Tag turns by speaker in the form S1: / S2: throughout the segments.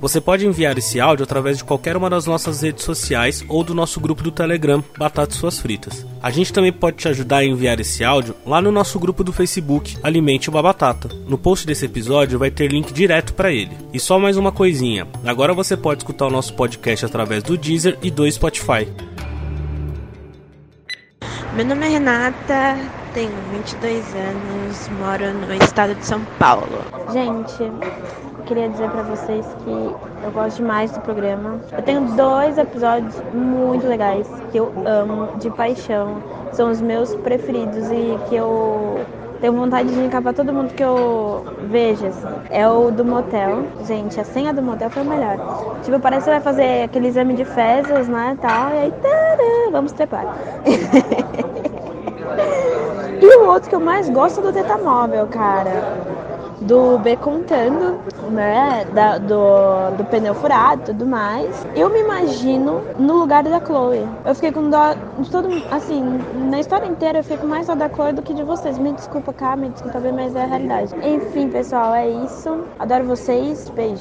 S1: Você pode enviar esse áudio através de qualquer uma das nossas redes sociais ou do nosso grupo do Telegram, Batatas Suas Fritas. A gente também pode te ajudar a enviar esse áudio lá no nosso grupo do Facebook, Alimente uma Batata. No post desse episódio vai ter link direto para ele. E só mais uma coisinha: agora você pode escutar o nosso podcast através do Deezer e do Spotify.
S2: Meu nome é Renata, tenho 22 anos, moro no estado de São Paulo.
S3: Gente, eu queria dizer pra vocês que eu gosto demais do programa. Eu tenho dois episódios muito legais que eu amo de paixão. São os meus preferidos e que eu tenho vontade de indicar pra todo mundo que eu veja. assim. É o do motel. Gente, a senha do motel foi o melhor. Tipo, parece que vai fazer aquele exame de fezes, né, tal, e aí, tarã, vamos trepar. E o outro que eu mais gosto é do Tetamóvel, cara. Do B contando, né? da- do, do pneu furado e tudo mais. Eu me imagino no lugar da Chloe. Eu fiquei com dó de todo mundo. Assim, na história inteira eu fico mais dó da Chloe do que de vocês. Me desculpa, cá, me desculpa bem, mas é a realidade. Enfim, pessoal, é isso. Adoro vocês. Beijo.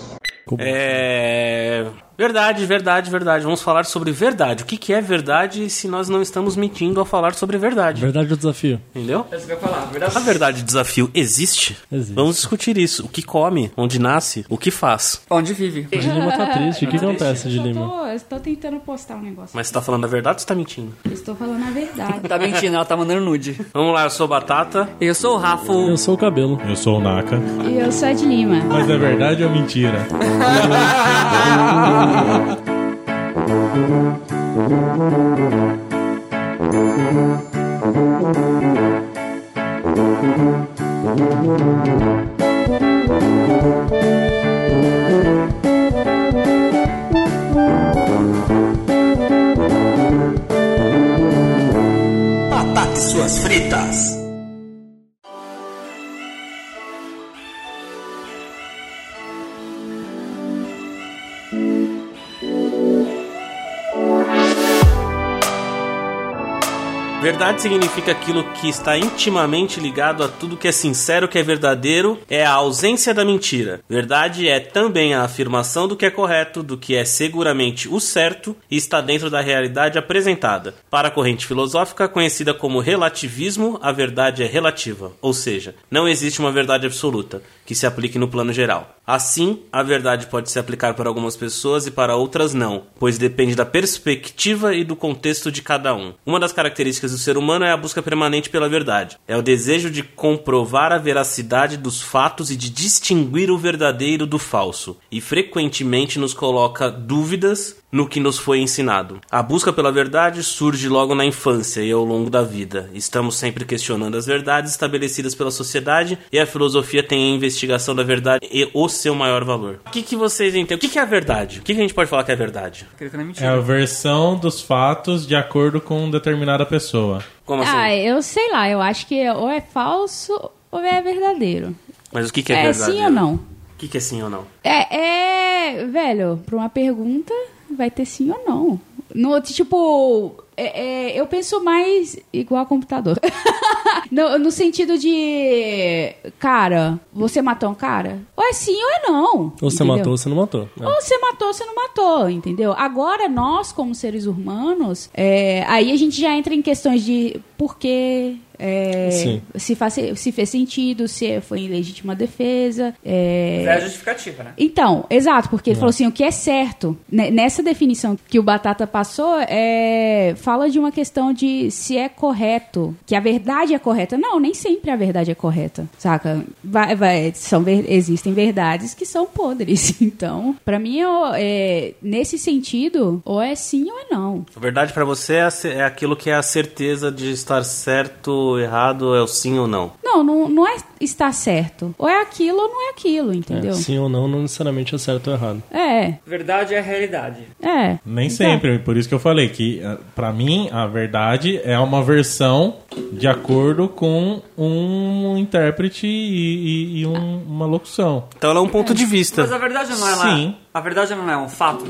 S1: É. Verdade, verdade, verdade. Vamos falar sobre verdade. O que, que é verdade se nós não estamos mentindo ao falar sobre verdade?
S4: Verdade ou desafio?
S1: Entendeu? A verdade do desafio existe?
S4: Existe.
S1: Vamos discutir isso. O que come, onde nasce, o que faz.
S5: Onde vive?
S4: De Lima tá triste. O que acontece de
S6: Eu
S4: Lima?
S6: tô, eu estou tentando postar um negócio.
S1: Mas você tá falando a verdade ou você tá mentindo?
S6: Eu Estou falando a verdade.
S5: Tá mentindo, ela tá mandando nude.
S1: Vamos lá, eu sou Batata.
S5: Eu sou o Rafa. o-
S4: Eu sou o cabelo.
S7: Eu sou o Naka.
S6: e eu sou a de Lima.
S7: Mas é verdade ou mentira?
S1: Verdade significa aquilo que está intimamente ligado a tudo que é sincero, que é verdadeiro, é a ausência da mentira. Verdade é também a afirmação do que é correto, do que é seguramente o certo e está dentro da realidade apresentada. Para a corrente filosófica conhecida como relativismo, a verdade é relativa, ou seja, não existe uma verdade absoluta que se aplique no plano geral. Assim, a verdade pode se aplicar para algumas pessoas e para outras não, pois depende da perspectiva e do contexto de cada um. Uma das características do ser humano é a busca permanente pela verdade. É o desejo de comprovar a veracidade dos fatos e de distinguir o verdadeiro do falso, e frequentemente nos coloca dúvidas no que nos foi ensinado. A busca pela verdade surge logo na infância e ao longo da vida. Estamos sempre questionando as verdades estabelecidas pela sociedade e a filosofia tem a investigação da verdade e o seu maior valor. O que, que vocês entendem? O que, que é a verdade? O que, que a gente pode falar que é verdade?
S5: Creio que não
S7: É
S5: é
S7: a
S5: mentira.
S7: versão dos fatos de acordo com determinada pessoa.
S1: Como assim?
S8: Ah, eu sei lá, eu acho que ou é falso ou é verdadeiro.
S1: Mas o que, que é,
S8: é
S1: verdade?
S8: sim ou não?
S1: O que, que é sim ou não?
S8: É, é, velho, pra uma pergunta vai ter sim ou não. No, tipo, é- é, eu penso mais igual a computador. no, no sentido de, cara, você matou um cara? Ou é sim ou é não.
S4: Ou você
S8: entendeu?
S4: matou ou você não matou. É.
S8: Ou você matou, você não matou, entendeu? Agora, nós, como seres humanos, é, aí a gente já entra em questões de por quê. é,
S4: Sim.
S8: se, faz, se fez sentido, se foi em legítima defesa. é.
S5: É a justificativa, né?
S8: Então, exato, porque ele falou assim: o que é certo. Né, Nessa definição que o Batata passou, é, fala de uma questão de se é correto, que a verdade é correta. Não, nem sempre a verdade é correta, saca? Vai- vai- são, ver- existem verdades que são podres. Então, pra mim, eu, é, nesse sentido, ou é sim ou é não.
S1: A verdade pra você é a ce- é aquilo que é a certeza de estar certo, errado, é o sim ou não.
S8: Não, não, não é estar certo. Ou é aquilo ou não é aquilo, entendeu?
S4: É, sim ou não, não necessariamente é certo ou errado.
S8: É,
S5: Verdade é realidade.
S8: é.
S4: Então.
S7: Nem sempre, por isso que eu falei que ah, pra mim a verdade é uma versão de acordo com um intérprete e, e- e um- uma locução.
S1: Então ela é um ponto de vista.
S5: Mas a verdade não é lá.
S7: Sim.
S5: A verdade não é um fato.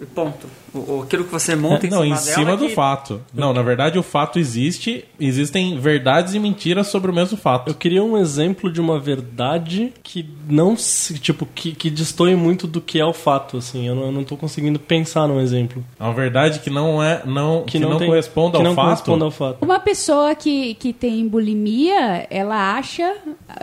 S5: E ponto. O, o- aquilo que você monta em
S7: É, não,
S5: cima
S7: em cima
S5: dela é
S7: do
S5: que-
S7: fato. Não, na verdade o fato existe, existem verdades e mentiras sobre o mesmo
S9: Eu
S7: fato.
S9: queria um exemplo de uma verdade que não se. Tipo, que, que destoie muito do que é o fato, assim. Eu não, eu não tô conseguindo pensar num exemplo.
S7: É uma verdade que não é, não, que, não,
S9: tem-
S7: corresponde
S9: que
S7: ao
S9: não
S7: fato.
S9: corresponde ao fato.
S8: Uma pessoa que, que tem bulimia, ela acha.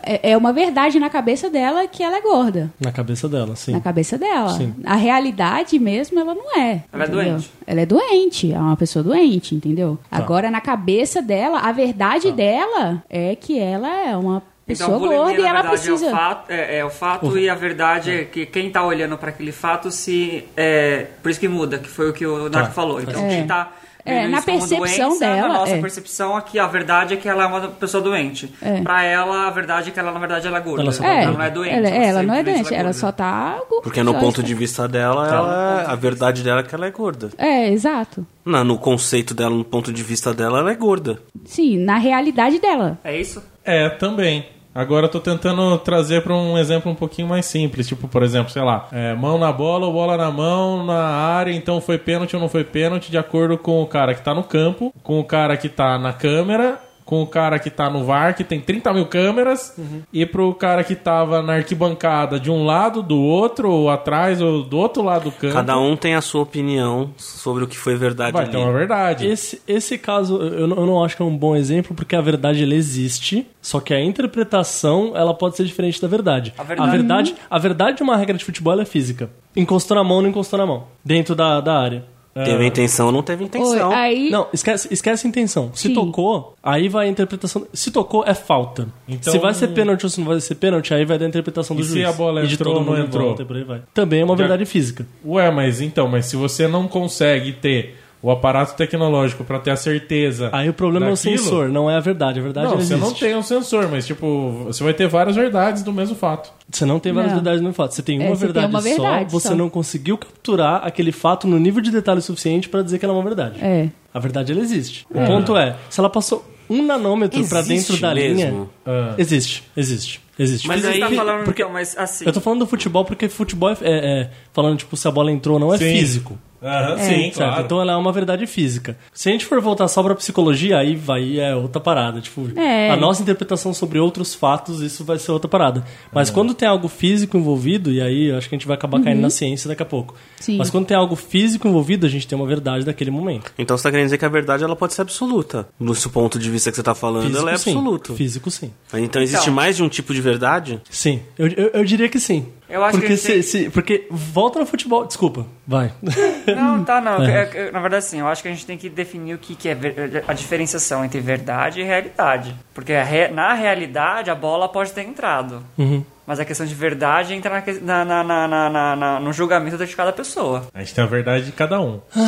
S8: É, é uma verdade na cabeça dela que ela é gorda.
S9: Na cabeça dela, sim.
S8: Na cabeça dela.
S9: Sim.
S8: A realidade mesmo, ela não é.
S5: Ela é
S8: entendeu?
S5: doente.
S8: Ela é doente. É uma pessoa doente, entendeu?
S1: Tá.
S8: Agora, na cabeça dela, a verdade dela é que ela é uma pessoa
S5: então, bulimia,
S8: gorda e
S5: na
S8: ela
S5: verdade,
S8: precisa.
S5: É o fato, é- é o fato e a verdade é que quem tá olhando para aquele fato se. É, por isso que muda, que foi o que o Naco falou. Então,
S8: É.
S5: quem tá.
S8: É,
S5: vendo
S8: na
S5: isso como
S8: percepção
S5: doença,
S8: dela,
S5: Na nossa
S8: é.
S5: percepção aqui, a verdade é que ela é uma pessoa doente.
S8: É.
S5: Pra ela, a verdade é que ela, na verdade, ela é gorda.
S9: Ela só tá
S8: É,
S5: não é doente.
S8: Ela, ela não é
S5: simplesmente
S8: doente, ela
S5: gorda.
S8: só tá.
S1: Porque é no ponto de vista dela, ela, a verdade dela é que ela é gorda.
S8: É, exato.
S1: Na, no conceito dela, no ponto de vista dela, ela é gorda.
S8: Sim, na realidade dela.
S5: É isso?
S7: É, também. Agora eu tô tentando trazer pra um exemplo um pouquinho mais simples. Tipo, por exemplo, sei lá, é, mão na bola ou bola na mão, na área, então foi pênalti ou não foi pênalti, de acordo com o cara que tá no campo, com o cara que tá na câmera, com o cara que tá no VAR, que tem 30 mil câmeras,
S9: Uhum.
S7: e pro cara que tava na arquibancada de um lado, do outro, ou atrás, ou do outro lado do
S9: Uhum.
S7: campo.
S1: Cada um tem a sua opinião sobre o que foi
S9: é
S1: verdade
S7: Vai
S1: ali.
S7: ter
S9: então,
S7: uma verdade.
S9: Esse, esse caso, eu, eu não- eu não acho que é um bom exemplo, porque a verdade ela existe, só que a interpretação ela pode ser diferente da verdade.
S5: A verdade-
S9: a verdade, a verdade de uma regra de futebol ela é física. Encostou na mão, não encostou na mão. Dentro da, da área. É,
S1: Teve intenção ou não teve intenção.
S8: Oi, aí.
S9: Não, esquece, esquece a intenção. Se
S8: Sim.
S9: tocou, aí vai a interpretação. Se tocou, é falta.
S7: Então-
S9: se vai ser pênalti ou se não vai ser pênalti, aí vai da interpretação do
S7: E se
S9: juiz.
S7: a bola
S9: e de
S7: entrou
S9: todo
S7: ou não
S9: mundo em
S7: entrou?
S9: volta, e por aí vai. Também é uma verdade física.
S7: Ué, mas então, mas se você não consegue ter o aparato tecnológico pra ter a certeza.
S9: Aí o problema é
S7: daquilo-
S9: o sensor, não é a verdade. A verdade
S7: Não,
S9: ela
S7: você
S9: existe.
S7: não tem um sensor, mas tipo, você vai ter várias verdades do mesmo fato.
S9: Você não tem várias
S8: Não.
S9: verdades no fato. Você tem uma,
S8: É, você tem
S9: verdade,
S8: uma verdade
S9: só, você
S8: só.
S9: não conseguiu capturar aquele fato no nível de detalhe suficiente pra dizer que ela é uma verdade.
S8: É.
S9: A verdade, ela existe. O ponto é, se ela passou um nanômetro pra
S1: Existe
S9: dentro da linha...
S1: mesmo?
S7: Ah.
S9: Existe, existe, existe.
S1: Mas
S5: Você
S1: aí-
S5: tá
S1: que-
S5: falando,
S9: porque-
S5: então, mas assim.
S9: Eu tô falando do futebol porque futebol é, é- é- falando, tipo, se a bola entrou ou não, é
S7: Sim.
S9: físico.
S7: Aham, sim,
S9: Certo? Então ela é uma verdade física. Se a gente for voltar só pra psicologia, aí vai é outra parada. Tipo,
S8: É.
S9: a nossa interpretação sobre outros fatos, isso vai ser outra parada.
S7: É.
S9: Mas quando tem algo físico envolvido, e aí eu acho que a gente vai acabar caindo na ciência daqui a pouco.
S8: Sim.
S9: Mas quando tem algo físico envolvido, a gente tem uma verdade daquele momento.
S1: Então você tá querendo dizer que a verdade ela pode ser absoluta. No seu ponto de vista que você tá falando,
S9: Físico,
S1: ela é
S9: sim.
S1: absoluta.
S9: Físico, sim.
S1: Então existe
S5: Então.
S1: mais de um tipo de verdade?
S9: Sim, eu, eu, eu diria que sim.
S5: Eu acho
S9: porque
S5: que a gente
S9: se,
S5: tem-
S9: se- porque volta no futebol. Desculpa, vai.
S5: Não, tá, não.
S9: É.
S5: Eu- eu- na verdade, sim, eu acho que a gente tem que definir o que, que é ver- a diferenciação entre verdade e realidade. Porque a re- na realidade, a bola pode ter entrado.
S9: Uhum.
S5: Mas a questão de verdade entra na que- na- na- na- na- na- na- no julgamento de cada pessoa.
S7: A gente tem a verdade de cada um.
S1: Eu,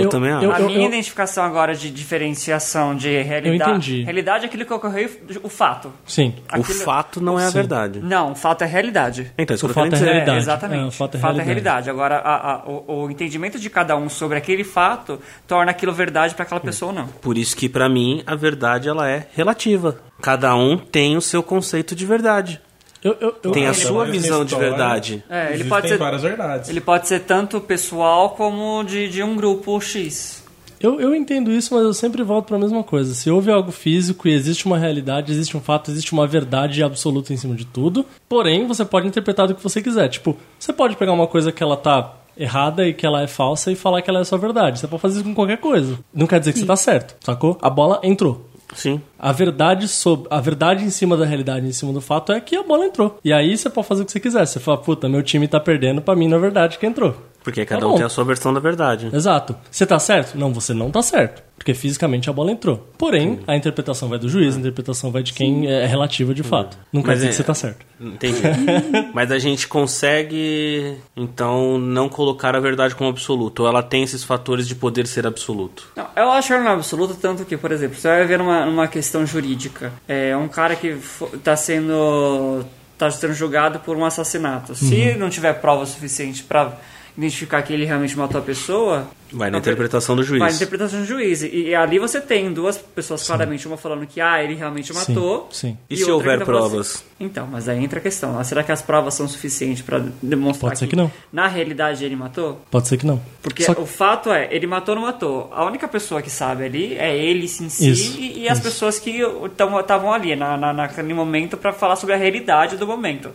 S8: É.
S9: Eu-
S1: também acho.
S9: eu-
S5: a minha identificação agora de diferenciação de realidade.
S9: Eu entendi.
S5: Realidade é aquilo que ocorreu, e o fato.
S9: sim.
S1: O
S5: Aquilo-
S1: fato não é a verdade.
S5: Não, o fato é realidade.
S1: Então, isso
S9: O
S1: que eu tô querendo
S9: fato é
S1: dizer.
S9: realidade.
S5: É, exatamente.
S9: É, o fato é
S5: realidade. Agora, a- a- o, o entendimento de cada um sobre aquele fato torna aquilo verdade para aquela pessoa ou não.
S1: Por isso que pra mim a verdade ela é relativa. Cada um tem o seu conceito de verdade.
S9: Eu, eu, eu-
S1: Tem a
S7: um
S5: Ele
S1: sua
S7: pode-
S1: visão de
S7: História.
S1: verdade.
S5: É, ele
S7: Existem
S5: pode ser-
S7: várias verdades.
S5: Ele pode ser tanto pessoal como de, de um grupo X.
S9: Eu, eu entendo isso, mas eu sempre volto pra mesma coisa. Se houve algo físico e existe uma realidade, existe um fato, existe uma verdade absoluta em cima de tudo. Porém, você pode interpretar do que você quiser. Tipo, você pode pegar uma coisa que ela tá errada e que ela é falsa e falar que ela é a sua verdade. Você pode fazer isso com qualquer coisa. Não quer dizer que você tá certo, sacou? A bola entrou.
S1: Sim.
S9: A verdade sobre a verdade em cima da realidade, em cima do fato é que a bola entrou. E aí você pode fazer o que você quiser. Você fala, puta, meu time tá perdendo, pra mim na verdade que entrou.
S1: Porque
S9: Tá
S1: cada um
S9: bom.
S1: tem a sua versão da verdade.
S9: Exato. Você tá certo? Não, você não tá certo. Porque fisicamente a bola entrou. Porém, a interpretação vai do juiz, a
S7: É.
S9: interpretação vai de quem é relativa de fato. Não quer
S1: Mas
S9: dizer
S1: é-
S9: que você tá certo.
S1: Entendi. Mas a gente consegue, então, não colocar a verdade como absoluta. Ou ela tem esses fatores de poder ser absoluto.
S5: Não, eu acho ela não absoluta tanto que, por exemplo, você vai ver numa, numa questão jurídica. É um cara que está sendo tá sendo julgado por um
S1: Uhum.
S5: assassinato. Se não tiver prova suficiente para identificar que ele realmente matou a pessoa,
S1: Vai na interpretação do juiz.
S5: Vai na interpretação do juiz. E, e ali você tem duas pessoas claramente, uma falando que ah, ele realmente
S9: Sim,
S5: matou.
S9: sim.
S1: E se
S5: outra
S1: houver
S5: que tá falando
S1: provas?
S5: assim- então, mas aí entra a questão. ah, será que as provas são suficientes para demonstrar
S9: Pode ser que não.
S5: na realidade ele matou?
S9: Pode ser que não.
S5: Porque
S9: Só que-
S5: o fato é, ele matou ou não matou. A única pessoa que sabe ali é ele sim, si
S9: Isso,
S5: e, e as
S9: isso.
S5: pessoas que estavam ali na, na- naquele momento para falar sobre a realidade do momento.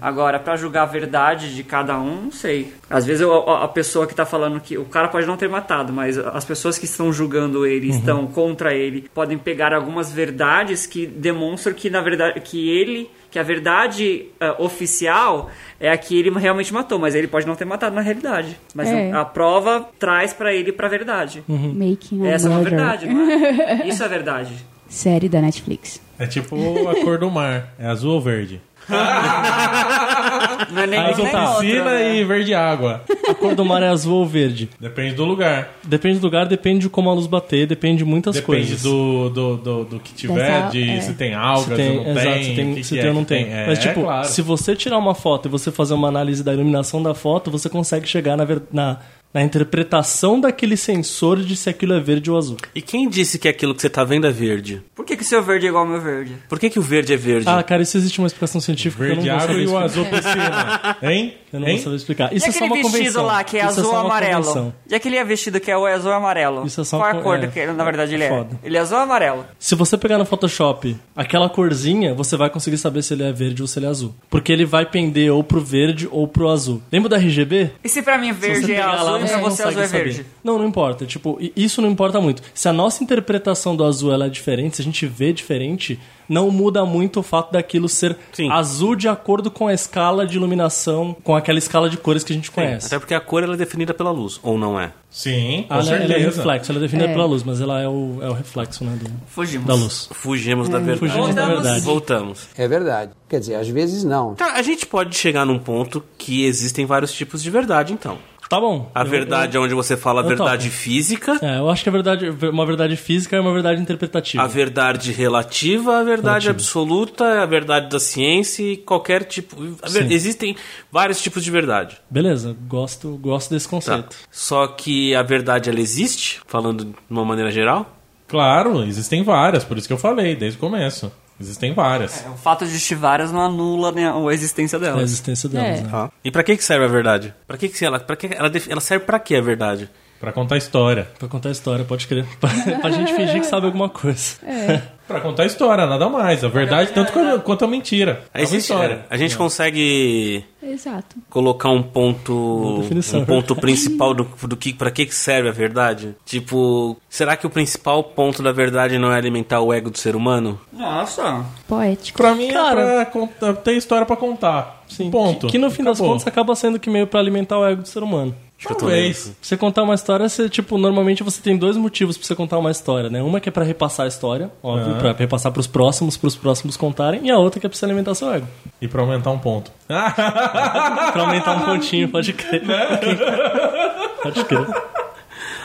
S5: Agora, para julgar a verdade de cada um, não sei. Às vezes eu- a, a pessoa que tá falando que o cara pode não ter matado, mas as pessoas que estão julgando ele, estão contra ele, podem pegar algumas verdades que demonstram que na verdade que ele que a verdade ah, oficial é a que ele realmente matou, mas ele pode não ter matado na realidade. Mas
S8: É.
S5: não- a prova traz pra ele pra verdade.
S1: Uhum.
S8: Making a
S5: Essa é uma
S8: Murder.
S5: verdade, não é? Isso é verdade.
S8: Série da Netflix.
S7: É tipo a cor do mar. É azul ou verde?
S5: Não é nem,
S7: azul
S5: nem outra,
S7: piscina
S5: né?
S7: e verde água.
S9: A cor do mar é azul ou verde.
S7: Depende do lugar.
S9: Depende do lugar, depende de como a luz bater, depende de muitas
S7: Depende
S9: coisas.
S7: do, do, do, do que tiver,
S8: Dessa-
S7: de
S8: é.
S7: se tem
S9: Se
S7: algas,
S9: tem,
S7: se não
S9: exato,
S7: tem,
S9: se tem,
S7: o que
S9: se
S7: que
S9: tem
S7: é
S9: ou não
S7: que
S9: tem.
S7: É,
S9: Mas, tipo,
S7: é claro.
S9: se você tirar uma foto e você fazer uma análise da iluminação da foto, você consegue chegar na, ver- na, na interpretação daquele sensor de se aquilo é verde ou azul.
S1: E quem disse que aquilo que você tá vendo é verde?
S5: Por que, que o seu verde é igual ao meu verde?
S1: Por que, que o verde é verde?
S9: Ah, cara, isso existe uma explicação científica
S7: Verde
S9: que eu não vou
S7: água e o
S9: saber explicar.
S7: azul piscina. Hein?
S9: Eu não
S7: hein?
S9: vou saber explicar. Isso
S5: e
S9: é só
S5: aquele
S9: uma
S5: vestido
S9: convenção.
S5: lá que é
S9: Isso
S5: azul
S9: só
S5: ou
S9: uma
S5: amarelo?
S9: convenção.
S5: E aquele vestido que é o azul ou amarelo?
S9: Isso é só
S5: Qual
S9: uma
S5: a cor
S9: co-
S5: do
S9: é.
S5: que, na verdade, ele
S9: Foda.
S5: é? Ele é azul ou amarelo?
S9: Se você pegar no Photoshop aquela corzinha, você vai conseguir saber se ele é verde ou se ele é azul. Porque ele vai pender ou pro verde ou pro azul. Lembra do RGB?
S5: E se pra mim
S9: Se
S5: verde é
S9: pegar
S5: azul e pra você
S9: consegue
S5: azul é
S9: saber.
S5: verde?
S9: Não, não importa. Tipo, i- isso não importa muito. Se a nossa interpretação do azul ela é diferente, se a gente vê diferente, não muda muito o fato daquilo ser
S1: Sim.
S9: azul de acordo com a escala de iluminação, com aquela escala de cores que a gente conhece.
S1: Até porque a cor ela é definida pela luz, ou não é?
S7: Sim, com
S9: Ela, ela
S7: certeza.
S9: é reflexo, ela é definida
S8: É.
S9: pela luz, mas ela é o, é o reflexo né, do-
S5: Fugimos.
S9: da luz.
S1: Fugimos da verdade.
S9: É, fugimos da verdade.
S1: Voltamos.
S10: É verdade. Quer dizer, às vezes não.
S1: Tá, a gente pode chegar num ponto que existem vários tipos de verdade, então.
S9: Tá bom.
S1: A
S9: Eu-
S1: verdade é onde você fala a
S9: eu
S1: verdade
S9: topo.
S1: física,
S9: eu- é, eu acho que a verdade, uma verdade física é uma verdade interpretativa.
S1: a verdade relativa, a verdade
S9: Relativa.
S1: absoluta, a verdade da ciência e qualquer tipo. a ver-
S9: Sim.
S1: Existem vários tipos de verdade.
S9: Beleza, gosto, gosto desse
S1: Tá.
S9: conceito.
S1: Só que a verdade ela existe, falando de uma maneira geral.
S7: Claro, existem várias, por isso que eu falei desde o começo. Existem
S9: É,
S7: várias.
S5: É,
S9: um-
S5: O fato de existir várias não anula né, a existência
S1: Tá.
S9: A
S5: delas.
S9: existência delas,
S8: É.
S9: né?
S7: Tá.
S1: E pra que que serve a verdade? Para que que ela, para que ela, def- ela serve pra que a verdade?
S7: Pra contar história.
S9: Pra contar a história, pode crer. pra pra gente fingir que sabe alguma coisa.
S8: É.
S7: Pra contar história, nada mais. A verdade, tanto quanto, quanto a mentira. É uma
S1: Existe,
S7: história.
S1: a gente consegue
S8: Exato.
S1: colocar um ponto
S9: Boa definição.
S1: um ponto principal do, do que para que que serve a verdade? Tipo, será que o principal ponto da verdade não é alimentar o ego do ser humano?
S5: Nossa.
S8: Poético.
S7: Pra mim
S9: Cara.
S7: é pra contar- ter história pra contar. Sim. Ponto.
S9: Que, que no fim das
S7: Acabou.
S9: contas acaba sendo que meio pra alimentar o ego do ser humano.
S1: Acho que eu tô
S7: Talvez.
S1: lendo.
S9: Você contar uma história, você, tipo, normalmente você tem dois motivos pra você contar uma história, né? Uma que é pra repassar a história, óbvio,
S7: É.
S9: pra repassar pros próximos, pros próximos contarem, e a outra que é pra você alimentar seu ego.
S7: E pra aumentar um ponto.
S9: Pra aumentar um pontinho, pode crer.
S7: Né?
S9: pode crer.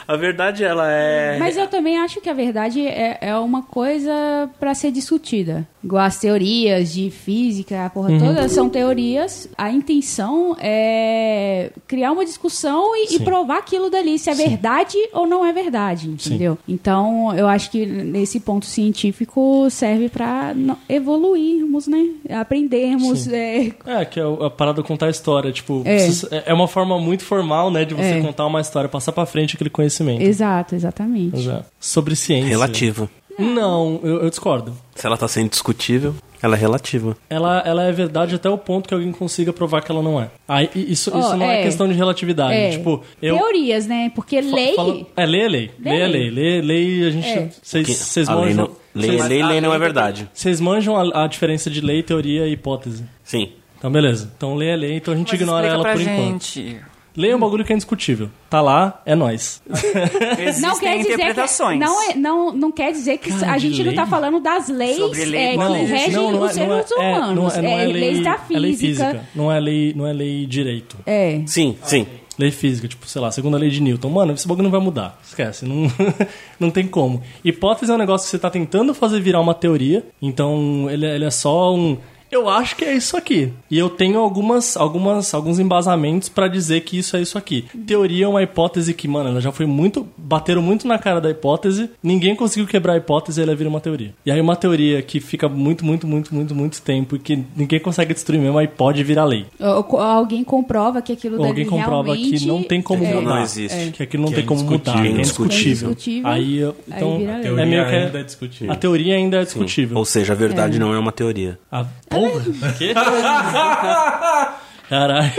S1: A verdade ela é
S8: Mas eu também acho que a verdade é, é uma coisa pra ser discutida. Igual as teorias de física, a
S7: Uhum.
S8: porra toda, são teorias. A intenção é criar uma discussão e, e provar aquilo dali, se é verdade ou não é verdade, entendeu? Então, eu acho que nesse ponto científico serve pra no- evoluirmos, né? Aprendermos. é,
S9: É, que é o- a parada de contar a história, tipo,
S8: É.
S9: você- é. é uma forma muito formal, né, de você
S8: É.
S9: contar uma história, passar pra frente aquele conhecimento.
S8: Exato, exatamente.
S9: Mas é. Sobre ciência.
S1: relativa.
S9: Não, eu, eu discordo.
S1: Se ela tá sendo discutível, ela é relativa.
S9: Ela, ela é verdade até o ponto que alguém consiga provar que ela não é. Aí, i- isso,
S8: Ó,
S9: isso não é.
S8: é.
S9: questão de relatividade.
S8: É.
S9: Tipo, eu.
S8: Teorias, né? Porque
S9: fa-
S8: lei.
S9: falo- é, lei é lei. Lei é lei. Lei, é lei a
S8: É.
S9: gente. Vocês
S1: Que-
S9: vocês
S1: a lei
S9: manjam. Ah,
S1: não, lei,
S9: vocês-
S1: lei,
S5: a
S1: lei não é
S5: lei-
S1: verdade.
S9: Vocês manjam a, a diferença de lei, teoria e hipótese.
S1: Sim.
S9: Então, beleza. Então, lei é lei, então a gente
S5: Mas
S9: ignora
S5: explica
S9: ela
S5: pra
S9: por enquanto.
S5: gente.
S9: Lei é um bagulho que é indiscutível. Tá lá, é nós.
S5: Existem interpretações.
S8: Que, não, é- não, não quer dizer que
S9: Cara,
S8: a
S9: de
S8: gente não está
S9: lei?
S8: falando das leis
S5: Sobre lei,
S8: é,
S5: não,
S8: que regem
S9: não, não
S8: os
S9: é- não é-
S8: seres
S9: é, não é-
S8: humanos.
S9: não é
S8: leis da
S9: É lei
S8: física.
S9: física. Não é lei, não é lei direito.
S8: É.
S1: Sim, sim.
S9: Lei física, tipo, sei lá, segunda lei de Newton. Mano, esse bagulho não vai mudar. Esquece, não, não tem como. Hipótese é um negócio que você tá tentando fazer virar uma teoria, então ele, é- ele é só um. eu acho que é isso aqui. E eu tenho algumas, algumas, alguns embasamentos pra dizer que isso é isso aqui. Teoria é uma hipótese que, mano, ela já foi muito. Bateram muito na cara da hipótese, ninguém conseguiu quebrar a hipótese e ela vira uma teoria. E aí, uma teoria que fica muito, muito, muito, muito, muito tempo e que ninguém consegue destruir mesmo, aí pode virar lei.
S8: Ou- ou Alguém comprova que aquilo
S9: Ou
S8: dali
S9: alguém comprova
S8: realmente
S9: que não tem como
S1: é,
S9: mudar.
S1: não existe.
S9: Que aquilo não
S7: Que
S9: tem
S7: é
S9: como mudar.
S1: indiscutível.
S9: É indiscutível.
S8: É indiscutível.
S9: Aí, eu- então,
S8: vira
S9: a
S8: lei.
S9: teoria é meio que
S7: ainda é discutível.
S9: a teoria ainda é discutível.
S1: Ou seja, a verdade não é uma teoria.
S8: Ah,
S9: A porra? Que? Caralho.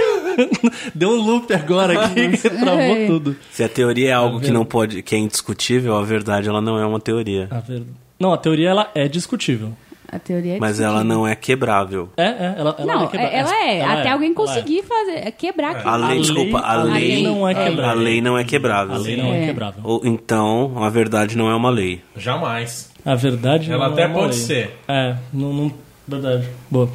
S9: Deu um loop agora aqui que travou
S8: É.
S9: tudo.
S1: Se a teoria é algo que não pode, que é indiscutível, a verdade ela não é uma teoria.
S9: A ver- Tá Não, a teoria ela é discutível.
S8: A teoria é
S1: Mas ela não é quebrável.
S9: É, é, ela, ela
S8: Não,
S9: é quebra-
S8: é- ela é.
S9: ela
S8: Até alguém
S9: ela é.
S8: conseguir fazer, quebrar aquilo.
S1: A lei,
S9: lei-
S1: desculpa, a,
S9: a
S1: lei,
S8: lei
S9: não é
S1: A
S9: quebrável.
S1: lei não é quebrável.
S9: A lei não é, quebrável.
S1: Ou então, a verdade não é uma lei.
S7: Jamais.
S9: A verdade
S7: Ela
S9: não
S7: até
S9: é uma
S7: pode
S9: lei.
S7: ser.
S9: É, não, não- Verdade. Boa.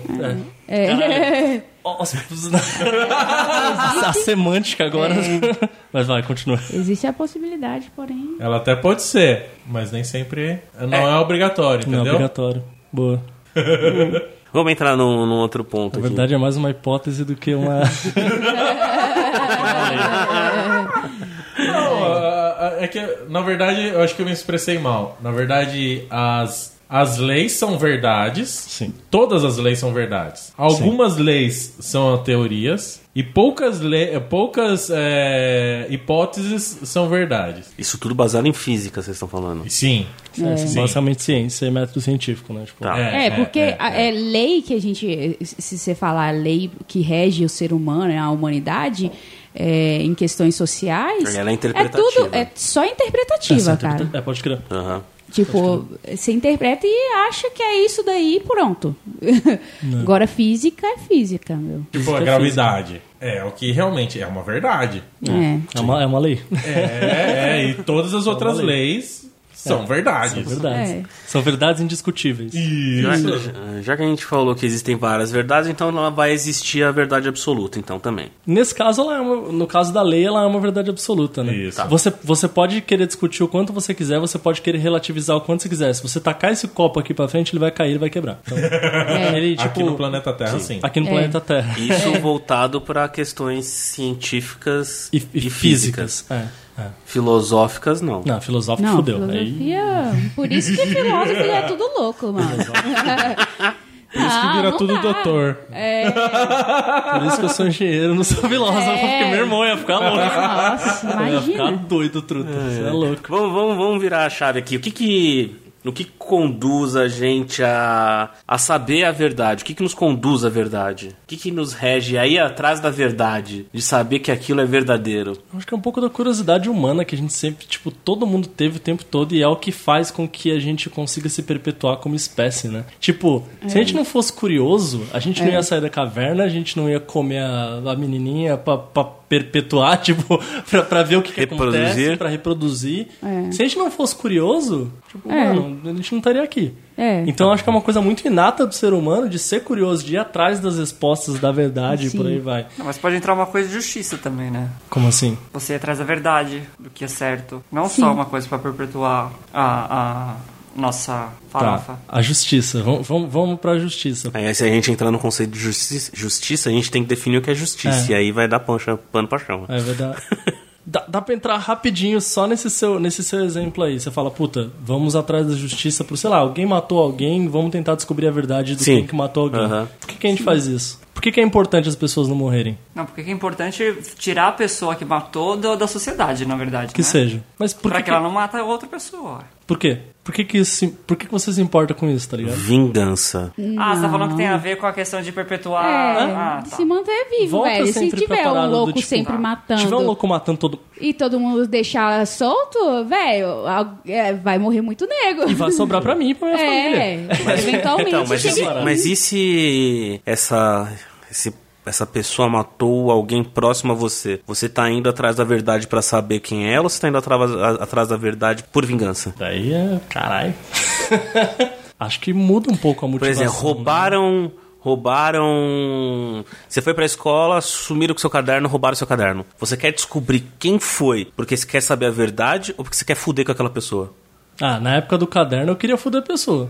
S9: É.
S8: É.
S9: Nossa, a semântica agora.
S8: É.
S9: Mas vai, continua.
S8: Existe a possibilidade, porém.
S7: Ela até pode ser, mas nem sempre. Não é, obrigatório,
S9: Não,
S7: entendeu?
S9: obrigatório. Boa.
S1: Vamos entrar num, num outro ponto
S9: Na
S1: aqui.
S9: verdade é mais uma hipótese do que uma.
S7: Não, a- a- é que, na verdade, eu acho que eu me expressei mal. Na verdade, as, as leis são verdades.
S9: Sim.
S7: Todas as leis são verdades. Algumas leis são teorias e poucas, le- poucas é, hipóteses são verdades.
S1: Isso tudo baseado em física, vocês estão falando.
S7: Sim. Sim.
S9: Basicamente ciência e método científico, né? Tipo,
S1: Tá.
S8: É, porque a- é, lei que a gente. Se você falar a lei que rege o ser humano, né, a humanidade, é, em questões sociais.
S1: Ela é
S8: É tudo.
S1: interpretativa.
S8: É só interpretativa,
S9: Essa
S8: cara.
S9: interpreta- É, pode crer.
S1: Aham.
S8: Tipo, você interpreta e acha que é isso daí e pronto. Agora, física é física, meu.
S7: Tipo, a gravidade. É o que realmente é uma verdade.
S8: É.
S9: É uma, é uma lei.
S7: É, é, e todas as outras leis são verdades.
S9: Verdades.
S8: É.
S9: São verdades indiscutíveis.
S7: Isso.
S1: Já- Já que a gente falou que existem várias verdades, então ela vai existir a verdade absoluta, então também.
S9: Nesse caso, ela é uma- no caso da lei, ela é uma verdade absoluta, né?
S7: Isso. Tá.
S9: Você, você pode querer discutir o quanto você quiser, você pode querer relativizar o quanto você quiser. Se você tacar esse copo aqui pra frente, ele vai cair, ele vai quebrar. Então, ele, tipo,
S7: Aqui no planeta Terra, sim.
S9: aqui no
S8: É.
S9: planeta Terra.
S1: Isso voltado para questões científicas
S9: E,
S1: e,
S9: e
S1: físicas.
S9: físicas. É, é.
S1: Filosóficas, não.
S9: Não, filosófico
S8: Não,
S9: fudeu. Aí,
S8: filosofia. Por isso que filósofo é tudo louco, mano.
S7: Por isso que
S8: Ah,
S7: vira
S8: não
S7: tudo
S8: dá. É.
S7: doutor.
S9: por isso que eu sou engenheiro, não sou filósofo, porque meu irmão ia ficar louco.
S8: Nossa,
S9: Ia ficar
S8: imagina.
S9: doido, truta. Você é louco.
S1: Vamos, vamos, vamos virar a chave aqui. O que que... O que conduz a gente a, a saber a verdade? O que, que nos conduz à verdade? O que, que nos rege aí atrás da verdade? De saber que aquilo é verdadeiro?
S9: Eu Acho que é um pouco da curiosidade humana que a gente sempre, tipo, todo mundo teve o tempo todo e é o que faz com que a gente consiga se perpetuar como espécie, né? Tipo, se a gente não fosse curioso, a gente
S8: É.
S9: não ia sair da caverna, a gente não ia comer a, a menininha pra, pra perpetuar, tipo, pra, pra ver o que, que
S1: Reproduzir.
S9: acontece, pra reproduzir.
S8: É.
S9: Se a gente não fosse curioso, tipo,
S8: É.
S9: mano, a gente não estaria aqui.
S8: É.
S9: Então eu acho que é uma coisa muito inata do ser humano de ser curioso, de ir atrás das respostas da verdade e por
S8: Sim.
S9: aí vai.
S5: Não, mas pode entrar uma coisa de justiça também, né?
S9: Como assim?
S5: Você ir atrás da verdade, do que é certo. Não só uma coisa pra perpetuar a, a nossa farofa.
S9: Tá, a justiça. Vamos, vamos, vamos pra justiça.
S1: Aí se a gente entrar no conceito de justi- justiça, a gente tem que definir o que é justiça. E
S9: É.
S1: aí vai dar pancha, pano pra chama.
S9: É verdade. Dá, dá pra entrar rapidinho só nesse seu, nesse seu exemplo aí. Você fala, puta, vamos atrás da justiça por, sei lá, alguém matou alguém, vamos tentar descobrir a verdade do
S1: Sim.
S9: quem que matou alguém.
S1: Aham.
S9: Por que, que a gente faz isso? Por que, que é importante as pessoas não morrerem?
S5: Não, porque é importante tirar a pessoa que matou do- da sociedade, na verdade.
S9: Que
S5: né?
S9: seja. Mas por
S5: Pra
S9: que,
S5: que, ela não mata outra pessoa.
S9: por quê? Por que, que, isso se- por que, que você se importa com isso, tá ligado?
S1: Vingança.
S9: Uhum.
S5: Ah, você tá falando que tem a ver com a questão de perpetuar.
S8: É,
S5: ah,
S8: de
S5: tá.
S8: se manter vivo,
S9: Volta
S8: velho. Se
S9: sempre
S8: tiver um
S9: preparado do
S8: louco
S9: tipo,
S8: sempre
S9: tá.
S8: matando
S9: Se tiver um louco matando todo.
S8: e todo mundo deixar solto, velho, al- é, vai morrer muito nego.
S9: E vai sobrar pra mim e pra minha família.
S8: É, eventualmente
S1: Então, mas,
S8: chega
S1: e-
S8: em-
S1: mas e se essa, esse- essa pessoa matou alguém próximo a você? Você tá indo atrás da verdade pra saber quem é ela ou você tá indo atrás, a- atrás da verdade por vingança?
S9: Daí é. Caralho. Acho que muda um pouco a
S1: Por
S9: motivação.
S1: exemplo, roubaram. Roubaram. Você foi pra escola, sumiram com seu caderno, roubaram seu caderno. Você quer descobrir quem foi porque você quer saber a verdade ou porque você quer fuder com aquela pessoa?
S9: Ah, na época do caderno eu queria foder a pessoa.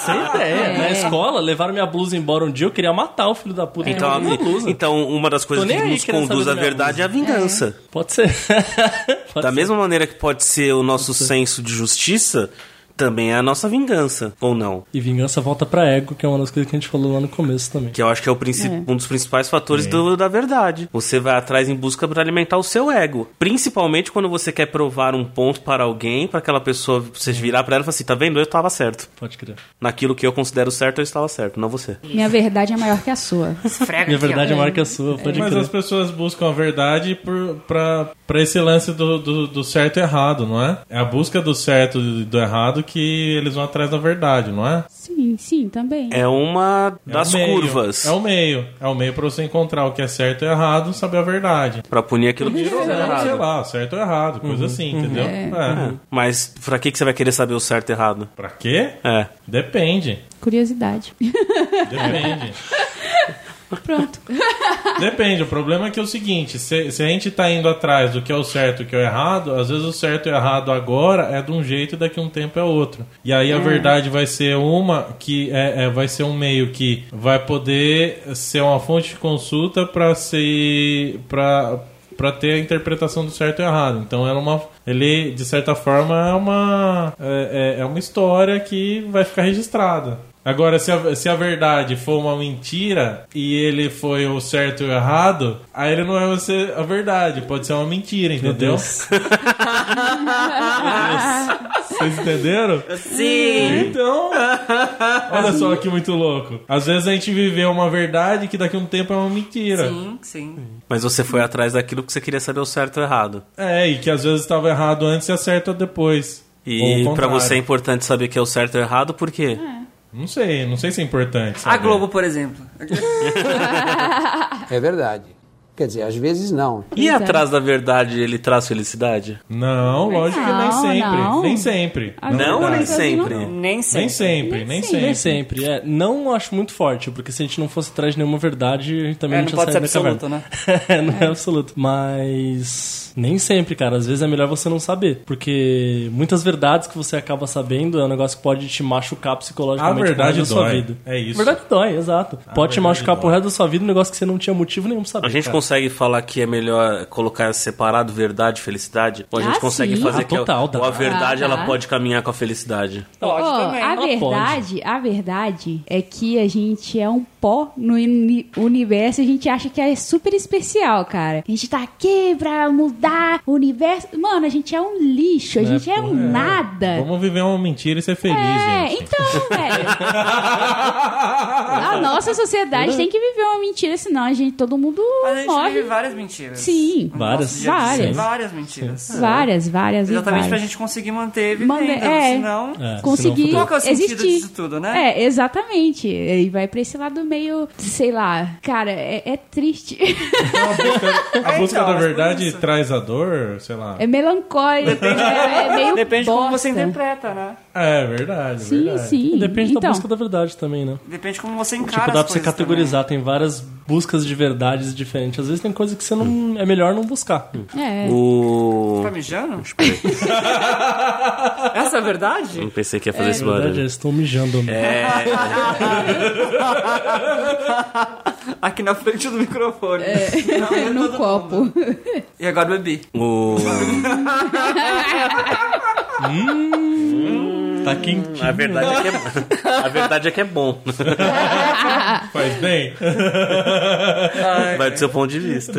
S9: Sem ideia. Na escola, levaram minha blusa embora um dia, eu queria matar o filho da puta que
S1: Então,
S9: tava minha
S1: a-
S9: É, blusa.
S1: então uma das coisas
S9: Tô nem
S1: que
S9: aí
S1: nos
S9: querendo
S1: conduz
S9: saber
S1: à
S9: da minha
S1: verdade é a vingança.
S9: Pode ser. Pode
S1: Da
S9: ser.
S1: mesma maneira que pode ser o nosso senso de justiça, também é a nossa vingança, ou não?
S9: E vingança volta pra ego, que é uma das coisas que a gente falou lá no começo também.
S1: Que eu acho que é, o princi- um dos principais
S7: É.
S1: fatores do- da verdade. Você vai atrás em busca para alimentar o seu ego. Principalmente quando você quer provar um ponto para alguém, para aquela pessoa, você virar para ela e falar assim: tá vendo? Eu estava certo.
S9: Pode crer.
S1: Naquilo que eu considero certo, eu estava certo, não você.
S8: Minha verdade é maior que a sua.
S5: Esfrega
S9: Minha
S5: aqui, ó.
S9: verdade é maior que a sua, pode
S7: Mas
S9: crer.
S7: as pessoas buscam a verdade por, pra, pra esse lance do, do, do certo e errado, não é? É a busca do certo e do errado que eles vão atrás da verdade, não é?
S8: Sim, sim, também.
S1: É uma
S7: É
S1: das
S7: o meio,
S1: curvas
S7: É o meio. É o meio pra você encontrar o que é certo e errado, saber a verdade.
S1: para punir aquilo que você
S7: Sei lá,
S1: errado.
S7: Sei lá, certo ou errado, coisa
S9: Uhum,
S7: assim, entendeu? É.
S1: Mas pra que, que você vai querer saber o certo e errado?
S7: Pra quê?
S1: É.
S7: Depende.
S8: Curiosidade.
S7: Depende.
S8: Pronto.
S7: Depende, o problema é que é o seguinte: se, se a gente tá indo atrás do que é o certo e o que é o errado, às vezes o certo e o errado agora é de um jeito e daqui a um tempo é outro. E aí a verdade vai ser uma que é, é- vai ser um meio que vai poder ser uma fonte de consulta para ser. para para ter a interpretação do certo e errado. Então ela é uma, ele de certa forma é uma é, é- é uma história que vai ficar registrada. Agora, se a, se a verdade for uma mentira e ele foi o certo e o errado, aí ele não é você a verdade, pode ser uma mentira, entendeu?
S9: Deus.
S7: Vocês entenderam?
S9: um
S5: Sim.
S7: Então, olha só que muito louco. Às vezes a gente viveu uma verdade que daqui a um tempo é uma mentira.
S5: Sim, sim.
S1: Mas você foi atrás daquilo que você queria saber o certo e o errado.
S7: É, e que às vezes estava errado antes e acerta depois. Ou
S1: E
S7: o
S1: pra
S7: contrário.
S1: você é importante saber que é o certo e o errado, por quê?
S8: É,
S7: Não sei, não sei se é importante.
S5: A
S9: Tá
S7: sabe?
S5: Globo, por exemplo.
S10: É verdade. Quer dizer, às vezes não.
S1: E
S8: Exato.
S1: atrás da verdade ele traz felicidade?
S7: Não, lógico que nem
S8: Não,
S7: sempre.
S8: não.
S7: Nem sempre.
S8: Ah,
S1: Não,
S7: dá.
S1: nem
S8: verdade.
S1: sempre.
S5: Nem sei.
S7: Nem sempre, nem sempre.
S9: Nem sempre, é. Não acho muito forte, porque se a gente não fosse atrás de nenhuma verdade, a gente também
S5: É,
S9: não
S5: não
S9: tinha
S5: pode ser
S9: saído da
S5: absoluto,
S9: caverna.
S5: né?
S9: É, não é. absoluto. Mas nem sempre, cara. Às vezes é melhor você não saber. Porque muitas verdades que você acaba sabendo é um negócio que pode te machucar psicologicamente
S7: A verdade
S9: pro resto da sua
S7: dói.
S9: vida.
S7: É isso.
S9: Verdade dói, exato. pode te
S7: verdade
S9: machucar pro
S7: dói.
S9: resto da sua vida um negócio que você não tinha motivo nenhum pra saber.
S1: A gente
S9: cara.
S1: consegue falar que é melhor colocar separado verdade e felicidade? Ou a gente
S8: Ah,
S1: consegue
S8: sim.
S1: fazer
S9: Ah,
S1: que a-
S9: total, dá.
S1: ou a verdade
S8: Ah, dá.
S1: ela pode caminhar com a felicidade?
S5: Pode
S8: Ó,
S5: também.
S8: A
S9: pode.
S8: verdade, a verdade é que a gente é um pó no uni- universo e a gente acha que é super especial, cara. A gente tá aqui pra mudar o universo. Mano, a gente é um lixo, a
S9: Né,
S8: gente é, um nada.
S7: Vamos viver uma mentira e ser feliz,
S8: É,
S7: gente.
S8: então, velho. A nossa
S9: Uhum.
S8: sociedade tem que viver uma mentira, senão a gente, todo mundo
S5: Mas a gente
S8: morre.
S5: vive várias mentiras. Então,
S8: Sim.
S5: No
S9: Várias.
S5: nosso dia a dia.
S8: Várias.
S5: Várias mentiras. É.
S8: Várias, várias e
S5: né? Exatamente pra
S8: várias.
S5: gente conseguir manter
S8: Manda-
S5: vivendo,
S8: é.
S5: senão...
S9: É,
S8: conseguir
S9: senão
S5: Qual que é o sentido
S8: existir.
S5: disso tudo, né?
S8: É, exatamente. E vai pra esse lado meio, sei lá, cara, é, é triste.
S7: Então, a busca, a
S5: É,
S7: busca
S5: então,
S7: da
S5: mas por
S7: verdade
S5: isso.
S7: traz a dor, sei lá.
S8: É melancólico. é, é meio
S5: Depende de como
S8: bosta.
S5: você interpreta, né?
S7: É verdade,
S8: Sim,
S7: verdade.
S8: sim.
S9: Depende
S8: então,
S9: da busca da verdade também, né?
S5: Depende de como você encara
S9: Tipo, dá
S5: as
S9: pra você
S5: coisas
S9: categorizar, tem várias buscas de verdades diferentes. Às vezes tem coisa que você não. É melhor não buscar.
S8: É.
S1: O.
S5: também. Tá mijando? Essa é a verdade?
S1: Não pensei que ia
S8: É.
S1: fazer esse
S9: Na verdade,
S1: barulho.
S9: eu estou mijando. né?
S7: É,
S5: Aqui na frente do microfone. É.
S8: no copo.
S5: E agora bebi.
S1: O...
S9: Tá quente.
S1: A, verdade é que é... a verdade é que é bom.
S7: Faz bem.
S1: Vai do seu ponto de vista.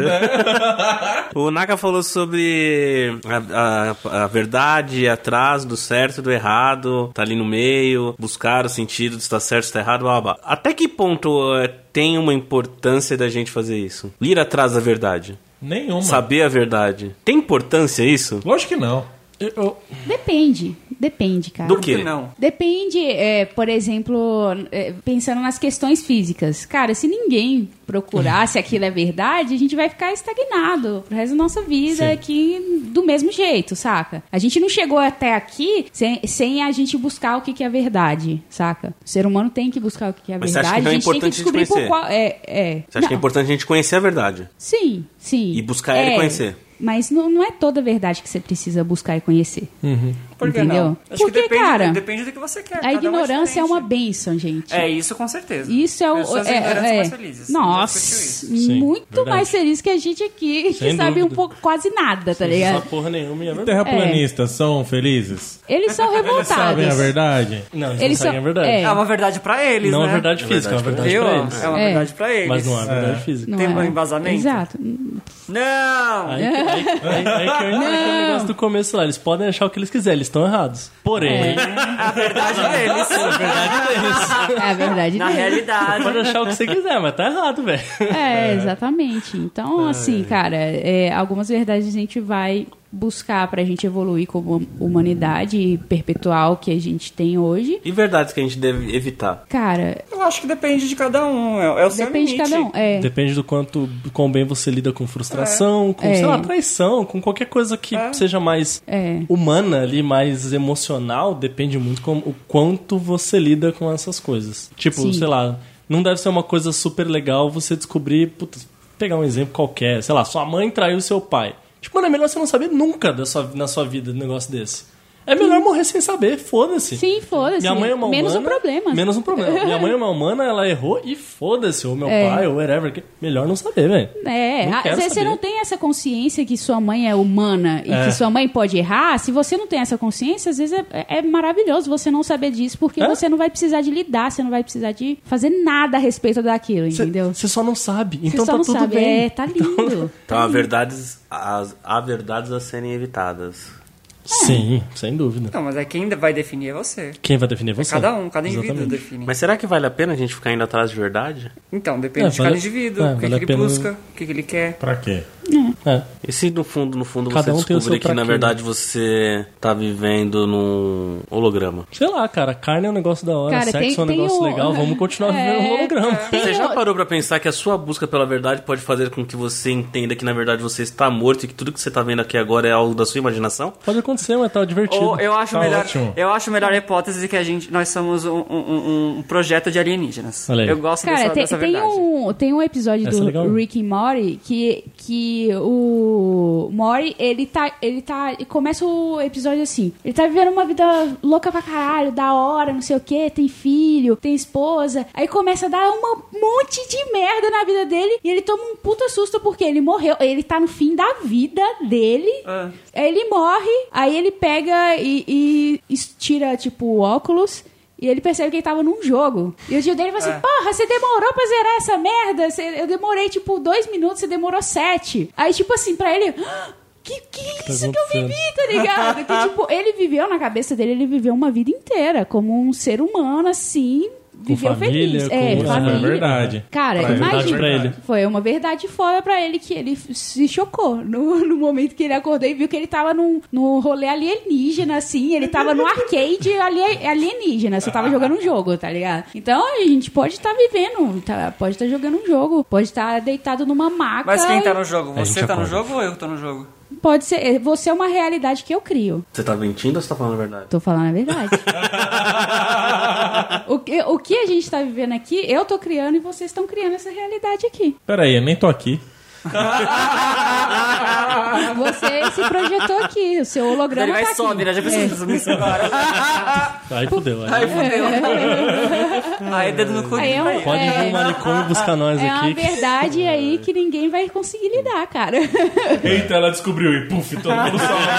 S1: o Naka falou sobre a, a- a verdade atrás do certo e do errado, tá ali no meio, buscar o sentido de estar certo, está errado, blá, blá, blá. Até que ponto eh, tem uma importância da gente fazer isso? Ir atrás da verdade,
S7: Nenhuma.
S1: saber a verdade. Tem importância isso?
S7: Lógico que não.
S9: Eu-
S8: Depende. Depende, cara.
S1: Do
S5: Por
S1: quê?
S5: que não?
S8: Depende, é, por exemplo, é, pensando nas questões físicas. Cara, se ninguém procurar se aquilo é verdade, a gente vai ficar estagnado pro resto da nossa vida
S7: Sim.
S8: aqui do mesmo jeito, saca? A gente não chegou até aqui sem, sem a gente buscar o que, que é verdade, saca? O ser humano tem que buscar o que, que é
S1: Mas você acha
S8: verdade.
S1: que não é
S8: a gente tem que
S1: importante a gente
S8: descobrir por
S1: conhecer?
S8: qual. É, é.
S1: Você acha que é
S8: Não,
S1: importante a gente conhecer a verdade
S8: Sim, sim.
S1: e buscar ela
S8: É.
S1: e conhecer?
S8: Mas não, não é toda a verdade que você precisa buscar e conhecer.
S5: Por que
S8: Entendeu?
S5: não? Acho
S8: Por
S5: que
S8: que,
S5: depende,
S8: cara?
S5: depende do que você quer.
S8: A
S5: cada um
S8: ignorância é, uma
S5: diferente.
S8: benção, gente.
S5: É isso, com certeza.
S8: Isso é o.
S5: Pessoas
S8: é,
S5: ignorantes
S8: é.
S5: mais felizes.
S8: Nossa,
S5: Eu
S9: Sim,
S8: muito
S9: verdade.
S8: mais feliz que a gente aqui, que
S9: Sem
S8: sabe
S9: dúvida.
S8: um pouco quase nada, tá
S9: Essa
S8: ligado?
S9: porra nenhuma e é verdade.
S7: Terraplanistas são felizes?
S8: Eles são
S7: Eles
S8: revoltados.
S7: sabem a é verdade?
S9: Não, eles,
S8: É. Eles
S9: não sabem
S8: são-
S9: a verdade.
S8: é.
S5: É uma verdade pra eles,
S9: Não
S5: né?
S9: é verdade física, é uma verdade
S5: Viu?
S9: pra eles.
S5: É uma
S8: É.
S5: verdade pra eles.
S9: Mas não é verdade
S7: É.
S9: física.
S8: Não
S5: Tem um
S8: é.
S5: embasamento?
S8: Exato.
S5: Não!
S9: Aí, aí, aí, aí que eu entro naquele negócio do começo lá. Eles podem achar o que eles quiserem, eles estão errados. Porém,
S5: A verdade deles.
S9: a é verdade
S8: É
S9: deles.
S8: a verdade
S5: Na
S8: deles.
S5: realidade.
S9: Pode achar o que você quiser, mas tá errado, velho.
S8: É, exatamente. Então, assim, cara, é, algumas verdades a gente vai buscar pra gente evoluir como humanidade e perpetuar o que a gente tem hoje.
S1: E verdades que a gente deve evitar.
S8: Cara,
S5: Eu acho que depende de cada um. É, é o seu
S8: depende de
S5: limite.
S8: cada um. É.
S9: Depende do quanto, do quão bem você lida com frustração, com,
S8: É.
S9: sei lá, traição, com qualquer coisa que seja mais
S8: É.
S9: humana ali, mais emocional, depende muito com o quanto você lida com essas coisas. Tipo,
S8: Sim.
S9: sei lá, não deve ser uma coisa super legal você descobrir, putz, pegar um exemplo qualquer, sei lá, sua mãe traiu seu pai. Tipo, mano, é melhor você não saber nunca da sua, na sua vida um negócio desse. É melhor morrer sem saber, foda-se.
S8: Sim, foda-se.
S9: Minha mãe é uma
S8: Assim, Menos
S9: humana,
S8: um problema.
S9: Menos um problema. Minha mãe é uma humana, ela errou e foda-se. Ou meu
S8: É.
S9: pai, ou whatever. que- Melhor não saber, velho.
S8: É,
S9: Não
S8: às
S9: quero
S8: vezes você
S9: saber.
S8: não tem essa consciência que sua mãe é humana e que sua mãe pode errar. Se você não tem essa consciência, às vezes é, é maravilhoso você não saber disso, porque
S9: É.
S8: você não vai precisar de lidar, você não vai precisar de fazer nada a respeito daquilo, entendeu?
S9: Você só não sabe.
S8: Você
S9: Então
S8: só
S9: tá
S8: não
S9: tudo
S8: sabe.
S9: bem.
S8: É, tá lindo.
S1: Então há verdades, as, há verdades a serem evitadas.
S8: É.
S9: Sim, sem dúvida.
S5: Não, mas é quem vai definir é você.
S9: Quem vai definir é você?
S5: Cada um, cada indivíduo
S9: Exatamente.
S5: define.
S1: Mas será que vale a pena a gente ficar indo atrás de verdade?
S5: Então, depende
S9: É,
S5: de
S9: vale-
S5: cada indivíduo.
S9: é,
S5: o que,
S9: vale
S5: que
S9: a
S5: ele
S9: pena-
S5: busca, o que, que ele quer.
S7: Pra quê?
S9: É.
S1: E se no fundo, no fundo
S9: Cada um
S1: você
S9: tem o seu
S1: descobrir que na
S9: traquinho.
S1: verdade você tá vivendo num holograma?
S9: Sei lá, cara. Carne é um negócio da hora.
S8: Cara,
S9: sexo
S8: tem-
S9: é um
S8: tem
S9: negócio
S8: um-
S9: legal. Vamos continuar vivendo um holograma.
S1: Você já
S8: o-
S1: parou pra pensar que a sua busca pela verdade pode fazer com que você entenda que na verdade você está morto e que tudo que você tá vendo aqui agora é algo da sua imaginação?
S9: Pode acontecer, mas tá divertido.
S5: Ou eu acho
S7: Tá
S5: melhor,
S7: ótimo.
S8: É,
S5: eu acho melhor a hipótese que a gente, nós somos um, um- um- um projeto de alienígenas.
S9: Olha aí.
S5: Eu gosto
S8: Cara,
S5: dessa,
S8: tem,
S5: dessa
S8: tem
S5: verdade.
S8: um, tem um episódio
S9: Essa é
S8: do
S9: legal.
S8: Rick e Morty que, que o Morty, ele tá, ele tá, ele começa o episódio assim, ele tá vivendo uma vida louca pra caralho, da hora, não sei o que, tem filho, tem esposa, aí começa a dar um monte de merda na vida dele e ele toma um puta susto porque ele morreu, ele tá no fim da vida dele,
S5: Ah.
S8: aí ele morre, aí ele pega e, e tira, tipo, o óculos... E ele percebe que ele tava num jogo. E o tio dele fala
S9: É.
S8: assim: Porra, você demorou pra zerar essa merda? Você- eu demorei, tipo, dois minutos, você demorou sete. Aí, tipo assim, pra ele. "Ah, Que, que isso que eu
S9: acontecendo?"
S8: vivi, tá ligado? Que, tipo, ele viveu na cabeça dele, ele viveu uma vida inteira como um ser humano, assim. Viveu
S9: família,
S8: feliz.
S9: com-
S8: é,
S9: Isso é
S8: família.
S7: verdade.
S8: Cara,
S7: Pra ele.
S8: imagina.
S9: Verdade pra ele.
S8: Foi uma verdade foda pra ele que ele se chocou no, no momento que ele acordou e viu que ele tava num, num rolê alienígena, assim. Ele tava no arcade ali- alienígena. Você tava jogando um jogo, tá ligado? Então a gente pode estar vivendo, tá- pode estar jogando um jogo, pode estar deitado numa maca.
S5: Mas quem tá no jogo?
S9: A
S5: Você
S9: gente
S5: tá no
S9: acorda.
S5: jogo ou eu tô no jogo?
S8: Pode ser. é, Você é uma realidade que eu crio.
S1: Você tá mentindo ou você tá falando a verdade?
S8: Tô falando a verdade. o, que, o que a gente tá vivendo aqui, eu tô criando e vocês estão criando essa realidade aqui.
S7: Pera aí, eu nem tô aqui.
S8: Você se projetou aqui, o seu holograma
S5: Ele vai
S8: tá
S5: e
S8: aqui.
S5: sobe, né? Já pensou
S8: É.
S5: nisso agora?
S9: Aí fudeu. Aí.
S5: Aí fudeu. Aí dedo no cu.
S8: Aí é um-
S5: Aí.
S9: Pode vir um manicômio buscar nós
S8: É
S9: aqui.
S8: uma verdade aí que ninguém vai conseguir lidar, cara.
S7: Eita, ela descobriu e puf, todo mundo né? salva.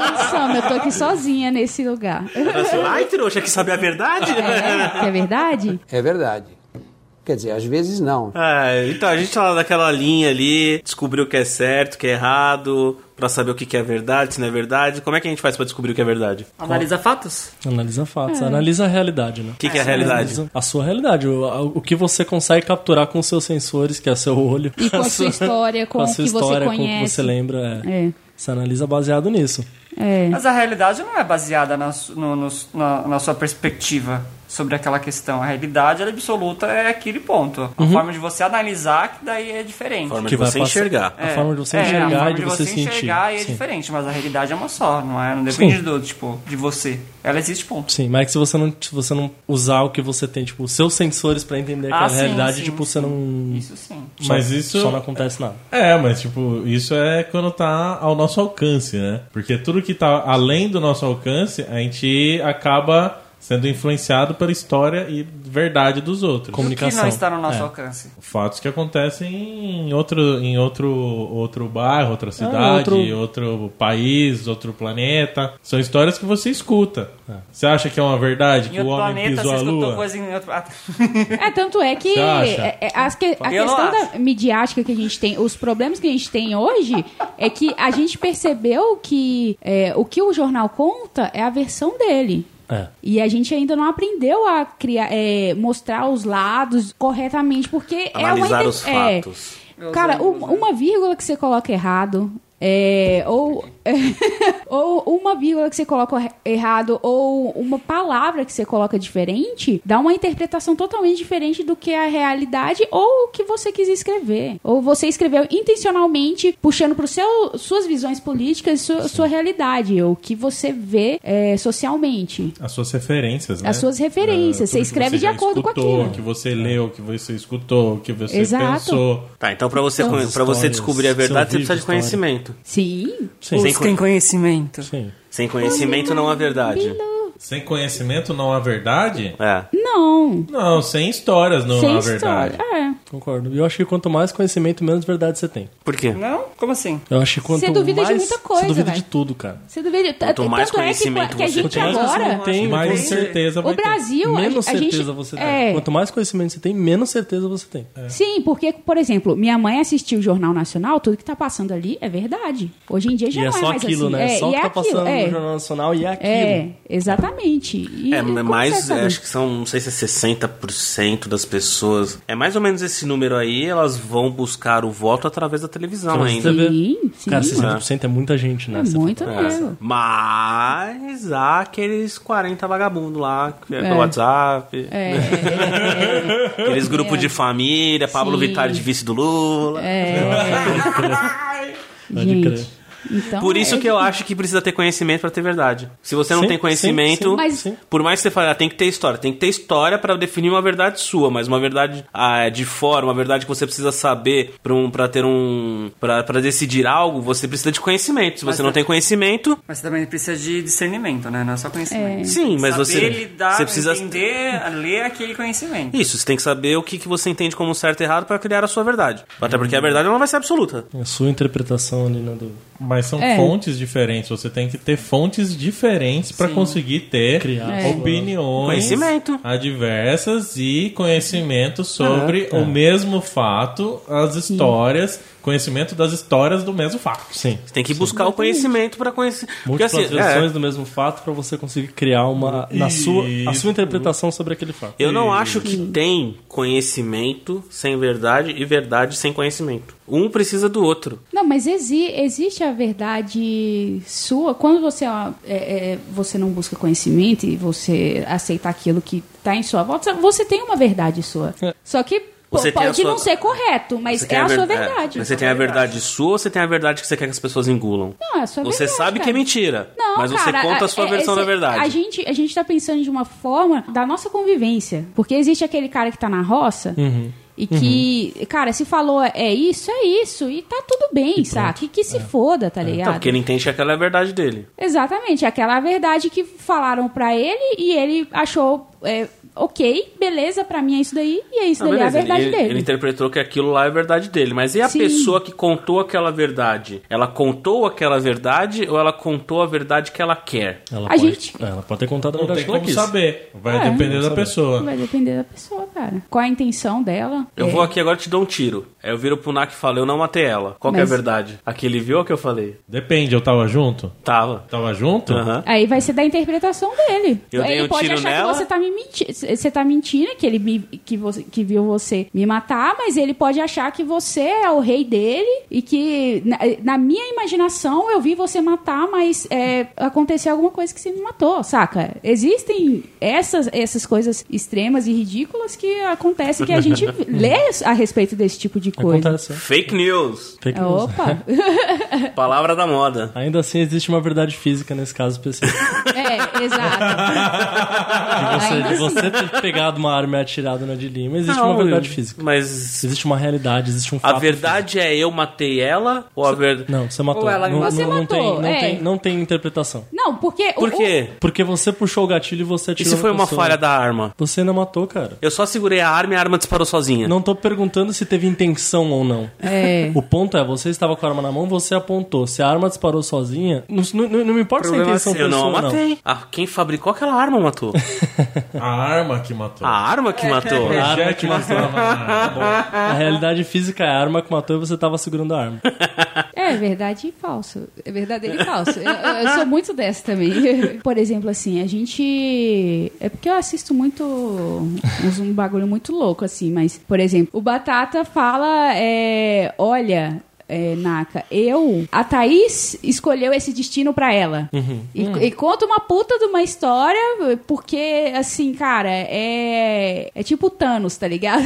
S8: Nossa, eu tô aqui sozinha nesse lugar.
S1: assim, Ai, trouxa, que saber a verdade?
S8: É, que é verdade?
S10: É verdade. Quer dizer, às vezes não.
S1: Ah, então a gente tá naquela linha ali, descobrir o que é certo, o que é errado, pra saber o que que é verdade, se não é verdade. Como é que a gente faz pra descobrir o que é verdade?
S5: Analisa fatos?
S9: Analisa fatos,
S8: É.
S9: analisa a realidade, né?
S1: O que, que é a realidade?
S9: A sua realidade, o, a- o que você consegue capturar com seus sensores, que é seu olho.
S8: E com a sua história, com
S9: a
S8: o
S9: sua
S8: que você
S9: história, com o que
S8: conhece.
S9: você lembra. É.
S8: É.
S9: Você analisa baseado nisso.
S8: É.
S5: Mas a realidade não é baseada na, su- no- no- na, na sua perspectiva. sobre aquela questão. A realidade ela é absoluta, é aquele ponto. A
S9: Uhum.
S5: forma de você analisar que daí é diferente. É,
S1: Forma de
S9: Que vai
S1: você
S9: passar-
S1: enxergar.
S9: A forma de você enxergar
S5: a forma
S9: e de você sentir.
S5: enxergar é
S9: Sim.
S5: diferente, mas a realidade é uma só, não é? Não depende
S9: Sim.
S5: do tipo de você. Ela existe, ponto.
S9: Sim, mas é que se você não, se você não usar o que você tem, tipo, os seus sensores pra entender aquela
S5: Ah, sim,
S9: realidade,
S5: sim,
S9: tipo,
S5: sim.
S9: você não.
S5: Isso sim.
S9: só-
S7: Mas isso-
S9: Só não acontece nada.
S7: É, mas tipo, isso é quando tá ao nosso alcance, né? Porque tudo que tá além do nosso alcance, a gente acaba sendo influenciado pela história e verdade dos outros.
S9: Como-
S5: O que não
S9: Comunicação.
S5: está no nosso
S9: É.
S5: alcance?
S7: Fatos que acontecem em outro, em outro, outro bairro, outra cidade,
S9: outro-
S7: Ah, outro... país, outro planeta. São histórias que você escuta. Você acha que é uma verdade?
S5: Em
S7: que o
S5: outro
S7: homem
S5: planeta,
S7: pisou
S5: você
S7: a
S5: escutou
S7: lua?
S5: coisa em outro. Ah,
S8: É, tanto é que,
S7: Você acha?
S8: é- é- as que- a
S5: Eu não
S8: questão
S5: acho.
S8: da midiática que a gente tem, os problemas que a gente tem hoje, é que a gente percebeu que é, o que o jornal conta é a versão dele.
S9: É.
S8: E a gente ainda não aprendeu a criar, é, mostrar os lados corretamente, porque é
S1: Analisar
S8: uma...
S1: os
S8: é.
S1: fatos.
S8: Cara, um-
S7: né?
S8: uma vírgula que você coloca errado, é, ou, ou uma vírgula que você coloca er- errado, ou uma palavra que você coloca diferente, dá uma interpretação totalmente diferente do que é a realidade ou o que você quis escrever. Ou você escreveu intencionalmente, puxando para suas visões políticas e sua, sua realidade, o que você vê é, socialmente.
S7: As suas referências, né?
S8: As suas
S7: É,
S8: referências.
S7: tudo
S8: Você
S7: que
S8: escreve de
S7: já
S8: acordo com
S7: escutou,
S8: aquilo.
S7: O que você leu, o que você escutou, o que você
S8: Exato.
S7: pensou.
S1: Tá, então pra você,
S8: São
S1: conhe- pra você
S9: histórias,
S1: descobrir a verdade, você
S9: são
S1: precisa
S9: vídeos,
S1: de conhecimento.
S8: Sim.
S9: Sim,
S1: Sim. Busquem
S5: conhecimento.
S9: sim.
S1: Sem conhecimento não há verdade.
S7: Sem conhecimento não há verdade?
S1: É.
S8: Não.
S7: Não, sem histórias não
S8: sem
S7: há
S8: história.
S7: verdade.
S8: É.
S9: Concordo. E eu acho que quanto mais conhecimento, menos verdade você tem.
S1: Por quê?
S5: Não? Como assim?
S9: Eu acho que quanto
S8: Você duvida de
S9: mais-
S8: muita coisa,
S9: Você duvida
S8: velho.
S9: de tudo, cara.
S8: Você deveria.
S1: Quanto
S8: t-
S1: mais
S8: tanto é que-
S1: conhecimento
S8: que, a
S1: você
S8: gente
S9: Quanto mais você
S8: agora.
S9: não tem,
S7: Mais
S9: quanto-
S7: certeza vai
S8: O Brasil. a-
S9: menos
S8: a,
S9: certeza
S8: gente,
S9: você tem. é.
S8: é,
S9: Quanto mais conhecimento você tem, menos certeza você tem.
S8: Sim, porque, por exemplo, minha mãe assistiu o Jornal Nacional, tudo que tá passando ali é verdade. Hoje em dia já
S9: E é
S8: não é
S9: só
S8: mais
S9: aquilo,
S8: assim.
S9: né?
S8: É,
S9: só o
S8: e
S9: que
S8: é
S9: tá
S8: aquilo,
S9: passando
S8: é.
S9: no Jornal Nacional e é aquilo.
S8: É, exatamente. E,
S1: É,
S8: como você
S1: mais,
S8: sabe?
S1: acho que são, não sei se é 60% das pessoas. É mais ou menos esse número aí, elas vão buscar o voto através da televisão
S9: Através da
S1: ainda.
S9: TV.
S8: Sim, sim.
S9: Cara, 60% é muita gente, né?
S8: É
S9: Você
S8: muito
S1: É.
S8: mesmo.
S1: Mas há aqueles 40 vagabundos lá, que é pelo
S8: É.
S1: WhatsApp,
S8: É, é,
S1: aqueles grupos de família, Pablo
S8: Sim.
S1: Vittar de vice do Lula.
S8: é.
S9: Pode crer.
S8: Gente, então,
S1: Por isso
S8: é
S1: que eu acho que precisa ter conhecimento pra ter verdade. Se você não
S9: Ah, Sim,
S1: tem
S9: sim,
S1: conhecimento,
S9: sim,
S8: Mas-
S9: sim.
S1: por mais que você fale, ah, tem que ter história, tem que ter história pra definir uma verdade sua, mas uma verdade ah, de fora, uma verdade que você precisa saber para um, pra ter um pra pra decidir algo, você precisa de conhecimento. Se você
S5: Mas
S1: não
S5: é-
S1: tem conhecimento,
S5: Mas você também precisa de discernimento, né? Não é só conhecimento.
S1: sim, mas
S5: Saber
S1: você
S5: lidar,
S1: você precisa
S5: entender, ler aquele conhecimento.
S1: Isso, você tem que saber o que, que você entende como certo e errado pra criar a sua verdade. Até porque a
S9: Hum.
S1: verdade não vai ser absoluta.
S9: É A sua interpretação ali, né? Do...
S7: Mas são
S8: É.
S7: fontes diferentes. Você tem que ter fontes diferentes para conseguir ter
S9: Criar
S8: É.
S7: opiniões
S1: Conhecimento.
S7: adversas e conhecimento sobre
S9: É,
S7: o mesmo fato, as histórias, conhecimento das histórias do mesmo fato.
S9: Sim.
S1: Você tem que buscar o conhecimento pra conhecer. Porque
S9: Múltiplas
S1: assim, é,
S9: versões do mesmo fato pra você conseguir criar uma na sua a sua interpretação sobre aquele fato.
S1: eu
S8: Hum.
S1: não acho que tem conhecimento sem verdade e verdade sem conhecimento. Um precisa do outro.
S8: Não, mas exi- existe a verdade sua quando você ó, é, é, você não busca conhecimento e você aceita aquilo que está em sua volta. Você tem uma verdade sua.
S9: É.
S8: Só que pô,
S1: Você tem a
S8: pode
S1: sua-
S8: não ser correto, mas
S1: Você
S8: é
S1: tem
S8: a,
S1: ver-
S8: sua
S1: é,
S8: verdade.
S1: mas você tem a verdade sua ou você tem a verdade que você quer que as pessoas engulam?
S8: Não, é a sua
S1: Você
S8: verdade,
S1: sabe que é
S8: cara.
S1: mentira,
S8: Não,
S1: mas você
S8: cara,
S1: conta a sua
S8: é-
S1: versão
S8: esse-
S1: da verdade.
S8: A gente, a gente tá pensando de uma forma da nossa convivência. Porque existe aquele cara que tá na roça e que, cara, se falou é isso, é isso. E tá tudo bem, saca? Que, que se foda, tá ligado?
S1: Não, Então, porque ele entende que aquela é a verdade dele.
S8: Exatamente, aquela verdade que falaram pra ele e ele achou é, ok, beleza, pra mim é isso daí e é isso
S1: Ah,
S8: daí, é a
S1: beleza,
S8: verdade
S1: ele,
S8: dele.
S1: ele interpretou que aquilo lá é verdade dele. Mas e a
S8: Sim.
S1: pessoa que contou aquela verdade? Ela contou aquela verdade ou ela contou a verdade que ela quer?
S9: Ela
S8: A
S9: pode,
S8: gente-
S9: É, ela pode ter contado a
S7: Não
S9: verdade
S7: tem
S9: que ela
S7: como
S9: quis.
S7: saber. Vai
S8: É.
S7: depender da
S9: Saber.
S7: pessoa.
S8: Vai depender da pessoa. cara. Qual é a intenção dela?
S1: Eu
S8: É.
S1: vou aqui agora e te dou um tiro. Aí eu viro pro Nak e falo, eu não matei ela. Qual que é a
S8: Mas-
S1: verdade? Aquele viu o que eu falei?
S7: Depende, eu tava junto?
S1: Tava.
S7: Tava junto?
S1: Aham.
S8: Aí vai ser da interpretação dele.
S1: Eu dei
S8: ele
S1: um
S8: pode
S1: tiro
S8: achar
S1: nela?
S8: que você tá me mentindo. Você tá mentindo que ele me- que, você, que viu você me matar, mas ele pode achar que você é o rei dele e que na, na minha imaginação eu vi você matar, mas é, aconteceu alguma coisa que você me matou, saca? Existem essas, essas coisas extremas e ridículas que acontecem que a gente lê a respeito desse tipo de coisa.
S9: Acontece. é.
S1: Fake news.
S9: Fake news.
S8: Opa!
S1: Palavra da moda.
S9: Ainda assim, existe uma verdade física nesse caso específico.
S8: é, exato. Ainda
S9: Você,
S8: assim.
S9: você ter pegado uma arma e atirado na de Lima, existe uma
S1: Não,
S9: verdade
S1: eu-
S9: física.
S1: Mas
S9: Existe uma realidade, existe um
S1: a
S9: fato.
S1: verdade é eu matei ela ou a verdade...
S9: Não, você matou.
S5: Ou ela me
S9: não,
S8: matou.
S9: não- não
S8: Você
S9: tem,
S8: matou,
S9: não,
S8: é.
S9: tem, não tem interpretação.
S8: Não, porque. o-
S1: Por quê?
S9: Porque você puxou o gatilho e você atirou
S1: Isso foi
S9: na
S1: uma
S9: pessoa.
S1: falha da arma.
S9: Você não matou, cara.
S1: Eu só segurei a arma e a arma disparou sozinha.
S9: Não tô perguntando se teve intenção ou não.
S8: o- É.
S9: O ponto é, você estava com a arma na mão, você apontou. Se a arma disparou sozinha, não, não, não me importa se a
S5: Problema
S9: intenção
S1: Eu
S9: foi sua
S1: não
S9: ou
S1: a
S9: não.
S1: matei. Ah, quem fabricou aquela arma matou.
S7: A arma que matou.
S1: A arma
S9: É,
S1: que matou.
S7: O
S9: a arma
S7: Jack
S9: que
S7: matou Ah, a arma.
S9: A realidade física é a arma que matou e você estava segurando a arma.
S8: É verdade e falso. É verdadeiro e falso. Eu, eu- eu sou muito dessa também. Por exemplo, assim, a gente. É porque eu assisto muito. uns- Um bagulho muito louco, assim, mas, por exemplo, o Batata fala: é, olha. é, Naka, eu. A Thaís escolheu esse destino pra ela. E, e conta uma puta de uma história, porque, assim, cara, é. É tipo Thanos, tá ligado?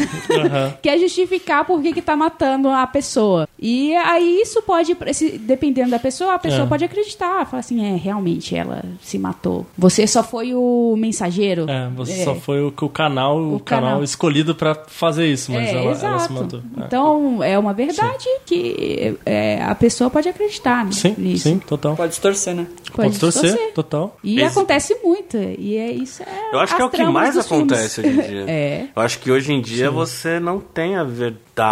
S8: quer justificar por que, que tá matando a pessoa. E aí isso pode, se- dependendo da pessoa, a pessoa
S9: É.
S8: pode acreditar. Fala assim, é, realmente ela se matou. Você só foi o mensageiro.
S9: É, você
S8: É.
S9: só foi o, o canal, o,
S8: O
S9: canal,
S8: canal.
S9: escolhido pra fazer isso, mas
S8: É,
S9: ela,
S8: exato.
S9: ela se matou. É.
S8: Então, é uma verdade que é, a pessoa pode acreditar né,
S9: sim,
S8: nisso.
S9: sim, total.
S5: Pode distorcer, né?
S8: Pode
S9: torcer,
S8: distorcer.
S9: total.
S8: E
S1: Esse-
S8: acontece muito. E é isso. É
S1: Eu acho que é
S8: as
S1: o que
S8: tramas
S1: mais
S8: dos
S1: acontece
S8: filmes.
S1: hoje em dia.
S8: É.
S1: Eu acho que hoje em dia você não tem a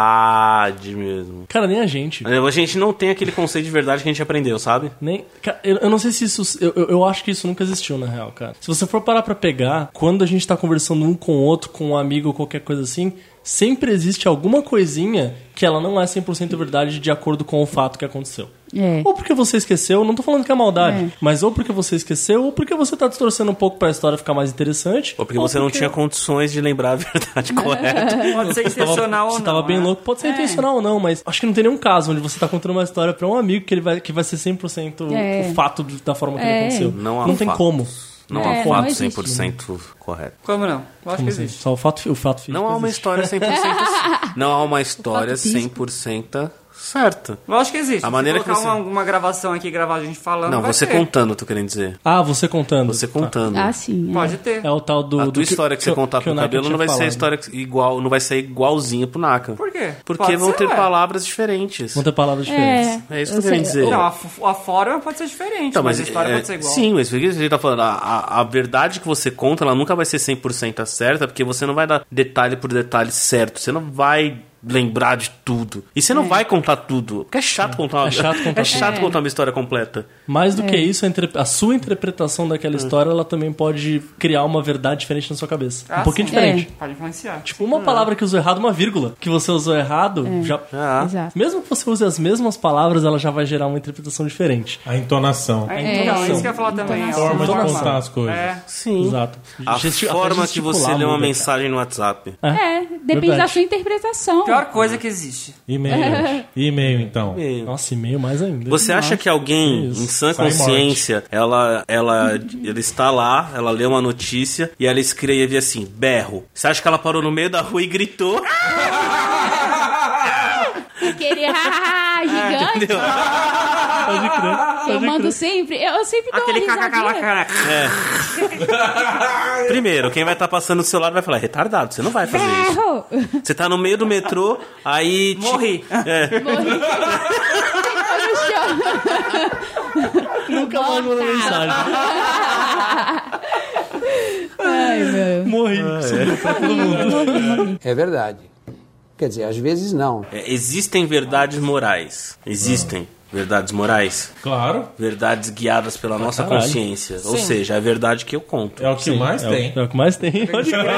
S1: verdade mesmo. Tipo,
S9: Cara, nem a gente.
S1: A gente não tem aquele conceito de verdade que a gente aprendeu, sabe?
S9: Nem, cara, eu, eu não sei se isso. Eu, eu- eu acho que isso nunca existiu, na real, cara. Se você for parar pra pegar, quando a gente tá conversando um com o outro, com um amigo ou qualquer coisa assim, sempre existe alguma coisinha que ela não é 100% verdade de acordo com o fato que aconteceu.
S8: É.
S9: Ou porque você esqueceu, não tô falando que é maldade, mas ou porque você esqueceu, ou porque você tá distorcendo um pouco pra história ficar mais interessante.
S1: Ou porque você não
S8: é.
S1: tinha condições de lembrar a verdade correta.
S5: Pode ser intencional ou
S9: Você
S5: não.
S9: tava bem
S5: né?
S9: louco, pode ser intencional ou não, mas acho que não tem nenhum caso onde você tá contando uma história pra um amigo que ele vai, que vai ser 100%
S8: É.
S9: o fato do- da forma que ele
S8: É.
S9: aconteceu.
S1: Não há
S9: tem
S1: fato.
S9: como.
S1: Não
S8: É,
S1: há
S8: não
S1: fato
S8: existe.
S1: 100% correto.
S5: Como não? Eu acho que
S9: Como assim?
S5: existe.
S9: Só o fato, o fato físico.
S1: Não há uma
S9: existe.
S1: história 100% Não há uma história
S8: físico.
S1: 100% certa.
S5: Eu acho que existe.
S1: A maneira
S5: Se
S1: que
S5: colocar
S1: você-
S5: uma, uma gravação aqui, gravar a gente falando.
S1: Não,
S5: vai
S1: você
S5: ter.
S1: contando, eu tô querendo dizer.
S9: Ah, você contando.
S1: Você
S9: Tá.
S1: contando.
S8: Ah, sim. é.
S5: Pode ter.
S9: É o tal do.
S1: A
S9: do
S1: tua história que, você
S9: eu-
S1: contar
S9: que
S1: pro
S9: o Naka
S1: cabelo não
S9: tinha
S1: vai ser a
S9: falado.
S1: história que- igual, não vai ser igualzinha pro Naka.
S5: Por quê?
S1: Porque
S5: Pode
S1: vão
S5: ser,
S1: ter
S5: ué.
S1: palavras diferentes.
S9: Vão ter palavras diferentes.
S1: É isso que
S8: Eu
S1: eu tô querendo
S8: sei.
S1: dizer.
S5: Não, a, f- a forma pode ser diferente,
S1: Então,
S5: mas, a história
S1: é,
S5: pode ser igual.
S1: Sim, mas por que a gente tá falando? A, a, a verdade que você conta, ela nunca vai ser 100% certa, porque você não vai dar detalhe por detalhe certo. Você não vai lembrar de tudo. E você não vai contar tudo. Porque é chato contar uma
S9: É chato contar
S1: é
S9: tudo.
S1: chato
S8: É.
S1: contar uma história completa.
S9: Mais do que isso, a, inter- a sua interpretação daquela
S1: É.
S9: história, ela também pode criar uma verdade diferente na sua cabeça.
S5: Ah,
S9: um pouquinho
S5: sim.
S9: diferente.
S5: Pode influenciar.
S9: Tipo, uma palavra que usou errado, uma vírgula. Que você usou errado, já.
S1: Ah,
S8: Exato.
S9: Mesmo que você use as mesmas palavras, ela já vai gerar uma interpretação diferente.
S7: A entonação.
S5: É, então,
S9: Entonação.
S5: isso que eu ia falar também.
S7: A forma de
S9: Entonação.
S7: contar as coisas.
S5: É.
S1: sim.
S9: Exato.
S1: A
S9: Gesti- até
S1: forma que
S9: gesticular
S1: você lê uma
S9: muda,
S1: mensagem no WhatsApp.
S8: É, depende
S9: Verdade.
S8: da sua interpretação.
S5: Pior coisa que existe.
S7: E-mail. E-mail, então.
S8: É.
S9: cara. Nossa, e-mail mais ainda.
S1: Você acha que é alguém
S9: Isso.
S1: em sã
S7: Sai morte.
S1: consciência, ela, ela, ela está lá, ela lê uma notícia e ela escreve assim, berro. Você acha que ela parou no meio da rua e gritou?
S8: Aquele ah,
S1: É,
S8: gigante.
S1: Entendeu?
S9: Pode crer.
S8: Eu mando Tá sempre, eu sempre dou
S5: Aquele
S8: uma risadinha.
S5: cacacalacana.
S1: Primeiro, quem vai estar passando do seu lado vai falar, retardado, você não vai fazer isso.
S8: Ferro!
S1: Você tá no meio do metrô, aí. te-
S5: Morri.
S8: Morri.
S9: Nunca mais mandou mensagem.
S8: Ai, meu.
S9: Morri. Sumiu pra todo mundo.
S10: É verdade. Quer dizer, às vezes não.
S1: É, existem verdades morais. Existem verdades morais.
S7: Claro.
S1: Verdades guiadas pela nossa
S9: caralho.
S1: consciência. Ou seja, é a verdade que eu conto.
S7: É o que mais
S9: é o-
S7: tem.
S9: É o que mais tem. Pode crer.
S5: Eu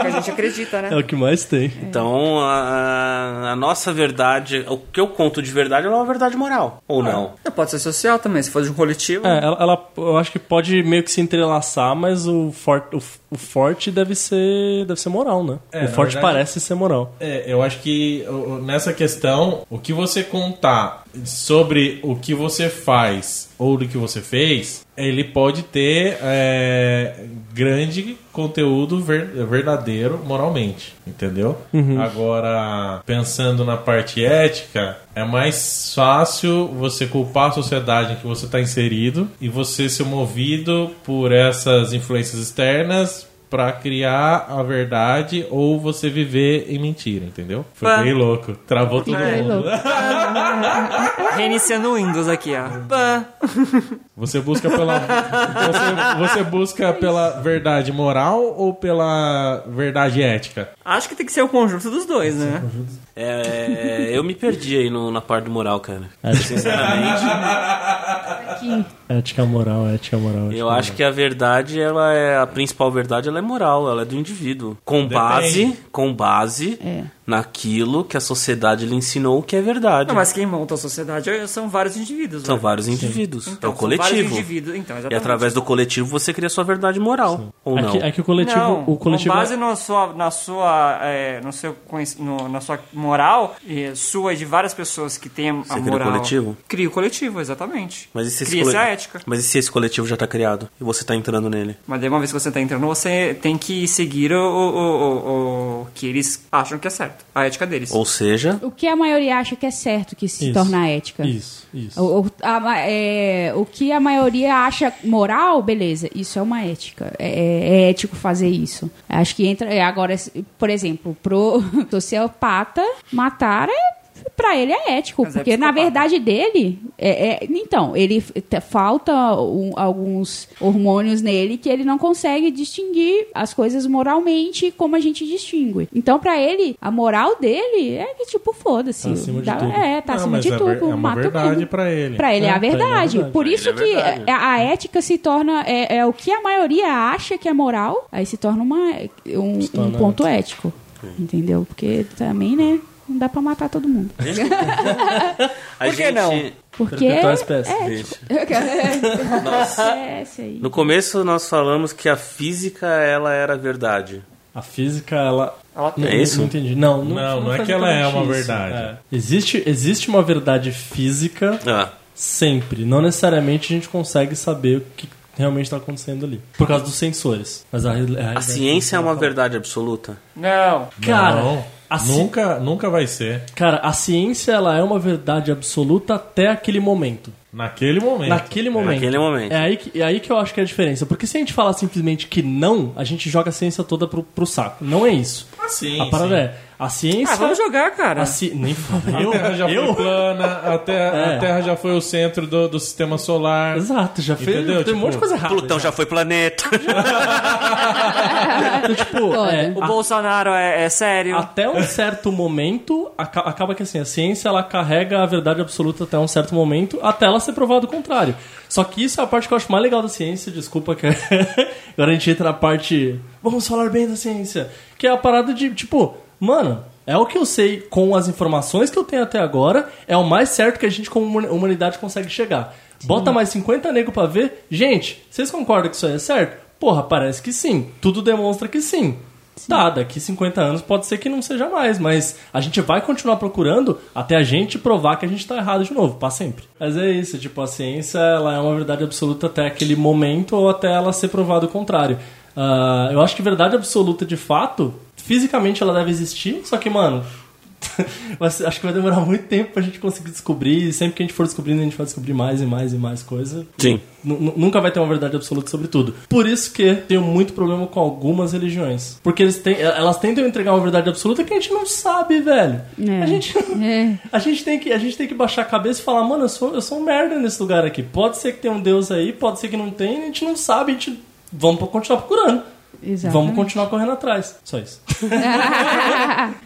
S5: que a gente acredita, né?
S9: É o que mais tem.
S1: Então, a, a nossa verdade, o que eu conto de verdade, ela é uma verdade moral. Ou não?
S5: Não, Pode ser social também, se for de um coletivo.
S9: É, ela, ela- eu acho que pode meio que se entrelaçar, mas o, for, o, o forte deve ser, deve ser moral, né?
S7: É,
S9: o
S7: na
S9: forte
S7: verdade-
S9: parece ser moral.
S7: É, eu acho que o- o- nessa questão, o que você contar sobre o que você faz ou do que você fez, ele pode ter é, grande conteúdo ver- verdadeiro moralmente, entendeu? Agora, pensando na parte ética, é mais fácil você culpar a sociedade em que você está inserido e você ser movido por essas influências externas Pra criar a verdade ou você viver em mentira, entendeu? Foi
S5: Pá.
S7: bem louco. Travou todo
S1: É.
S8: Bem
S7: mundo.
S5: Reiniciando o Windows aqui, ó. Pã.
S7: Você busca pela você, você busca pela verdade moral ou pela verdade ética?
S5: Acho que tem que ser o conjunto dos dois, né?
S1: É, eu me perdi aí no- na parte do moral, cara.
S5: Ah,
S1: Sinceramente,
S9: Ética moral, ética moral.
S1: eu acho que a verdade, ela é a principal verdade, ela é moral, ela é do indivíduo. Com base, com base
S5: É.
S1: naquilo que a sociedade lhe ensinou que é verdade.
S5: Não, mas quem monta a sociedade é, são vários indivíduos.
S1: São
S5: né?
S1: vários indivíduos,
S5: Então,
S1: é o
S5: são vários
S1: coletivo.
S5: indivíduos. Então,
S1: E
S5: exatamente.
S1: através do coletivo você cria sua verdade moral, ou
S9: É
S1: não?
S9: que, é que o coletivo.
S5: não,
S9: o coletivo é
S5: com
S1: é
S5: base na sua, na sua, é, no seu, conhec- no- na sua moral, e sua e de várias pessoas que têm
S1: Você
S5: a
S1: cria o
S5: moral.
S1: coletivo?
S5: Cria o coletivo, exatamente.
S1: Mas e se esse
S5: Cria
S1: cole-
S5: essa ética.
S1: Mas e se esse coletivo já tá criado e você tá entrando nele?
S5: Mas daí, uma vez que você tá entrando, você tem que seguir o, o, o- o que eles acham que é certo. A ética deles.
S1: Ou seja,
S8: O que a maioria acha que é certo que se
S9: Isso.
S8: torna ética.
S9: Isso, isso.
S8: O, o- a ma- é, o que a maioria acha moral, beleza, isso é uma ética. É, é- é ético fazer isso. Acho que entra. é, Agora, se- por exemplo, pro sociopata, matar é. Pra ele é ético,
S5: Mas é
S8: porque na
S5: psicopata.
S8: verdade dele. é- é- então, ele f- te- falta um- alguns hormônios nele que ele não consegue distinguir as coisas moralmente como a gente distingue. Então, pra ele, a moral dele é que, tipo, foda-se.
S9: Tá acima de
S8: Dá-
S9: tudo.
S8: É, tá
S7: Não,
S8: acima
S7: mas
S8: de
S7: é
S8: tudo.
S7: ver- é uma
S8: mata o
S7: verdade
S8: mesmo.
S7: pra ele.
S8: Pra ele é, a
S9: pra ele é a
S8: verdade.
S9: verdade.
S8: Por isso
S1: Pra ele
S8: que
S1: é verdade.
S8: é- a ética se torna. É, é o que a maioria acha que é moral, aí se torna uma, um, um
S9: torna
S8: ponto ético. Entendeu? Porque também, né? Não dá pra matar todo mundo.
S1: a
S5: que não?
S8: Porque.
S9: Respeitar a espécie.
S8: É,
S1: Gente,
S8: é isso aí.
S1: no começo nós falamos que a física ela era a verdade.
S9: A física, ela.
S5: Ela
S9: Não,
S1: É isso?
S9: Não entendi. Não, não,
S7: Não, não é
S9: faz
S7: que ela é
S9: exatamente
S7: uma
S9: isso.
S7: verdade.
S9: É. Existe, existe uma verdade física
S1: Ah,
S9: sempre. Não necessariamente a gente consegue saber o que realmente está acontecendo ali. Por causa dos sensores. Mas a, reali- a
S1: a
S9: realidade-
S1: ciência é uma verdade absoluta?
S5: Não.
S9: Cara, assim-
S7: não,
S9: a ci-
S7: nunca nunca vai ser
S9: Cara, a ciência ela é uma verdade absoluta até aquele momento.
S7: naquele momento.
S9: Naquele momento.
S1: naquele momento.
S9: É aí, que, é aí que eu acho que é a diferença. Porque se a gente falar simplesmente que não, a gente joga a ciência toda pro, pro saco. Não é isso.
S7: Ah, sim,
S9: a parada
S7: sim.
S9: é, a ciência...
S5: Ah, vamos jogar, cara.
S9: a ci... Nem
S7: A
S9: falei. Eu,
S7: Terra já
S9: eu?
S7: foi plana, a Terra, a
S9: É.
S7: Terra já foi o centro do, do sistema solar.
S9: Exato, já fez...
S7: Entendeu?
S9: Tem um monte de
S7: Tipo,
S9: coisa errada.
S1: Plutão já foi planeta.
S9: Então, tipo, é,
S5: O Bolsonaro é, é
S1: Ah,
S5: sério.
S9: até um certo momento, aca- acaba que assim, a ciência ela carrega a verdade absoluta até um certo momento, até ela ser provada o contrário. Só que isso é a parte que eu acho mais legal da ciência, desculpa que agora a gente entra na parte. Vamos falar bem da ciência. Que é a parada de, tipo, mano, é o que eu sei com as informações que eu tenho até agora, é o mais certo que a gente, como human- humanidade, consegue chegar. Bota mais 50 nego pra ver. Gente, vocês concordam que isso aí é certo? Porra, parece que sim. Tudo demonstra que sim. Tá, daqui 50 anos pode ser que não seja mais, mas a gente vai continuar procurando até a gente provar que a gente tá errado de novo, pra sempre. Mas é isso, tipo, a ciência ela é uma verdade absoluta até aquele momento ou até ela ser provada o contrário. Ah, eu acho que verdade absoluta de fato, fisicamente ela deve existir, só que, mano, mas acho que vai demorar muito tempo pra gente conseguir descobrir, e sempre que a gente for descobrindo, a gente vai descobrir mais e mais e mais coisa.
S1: Sim.
S9: Nu- nu- Nunca vai ter uma verdade absoluta sobre tudo. Por isso que tenho muito problema com algumas religiões. Porque eles têm, elas tentam entregar uma verdade absoluta que a gente não sabe, velho.
S8: É.
S9: A, gente,
S8: É.
S9: a, gente tem que, a gente tem que baixar a cabeça e falar, mano, eu sou, eu sou um merda nesse lugar aqui. Pode ser que tenha um Deus aí, pode ser que não tenha, a gente não sabe, a gente. Vamos continuar procurando.
S8: Exatamente.
S9: Vamos continuar correndo atrás. Só isso.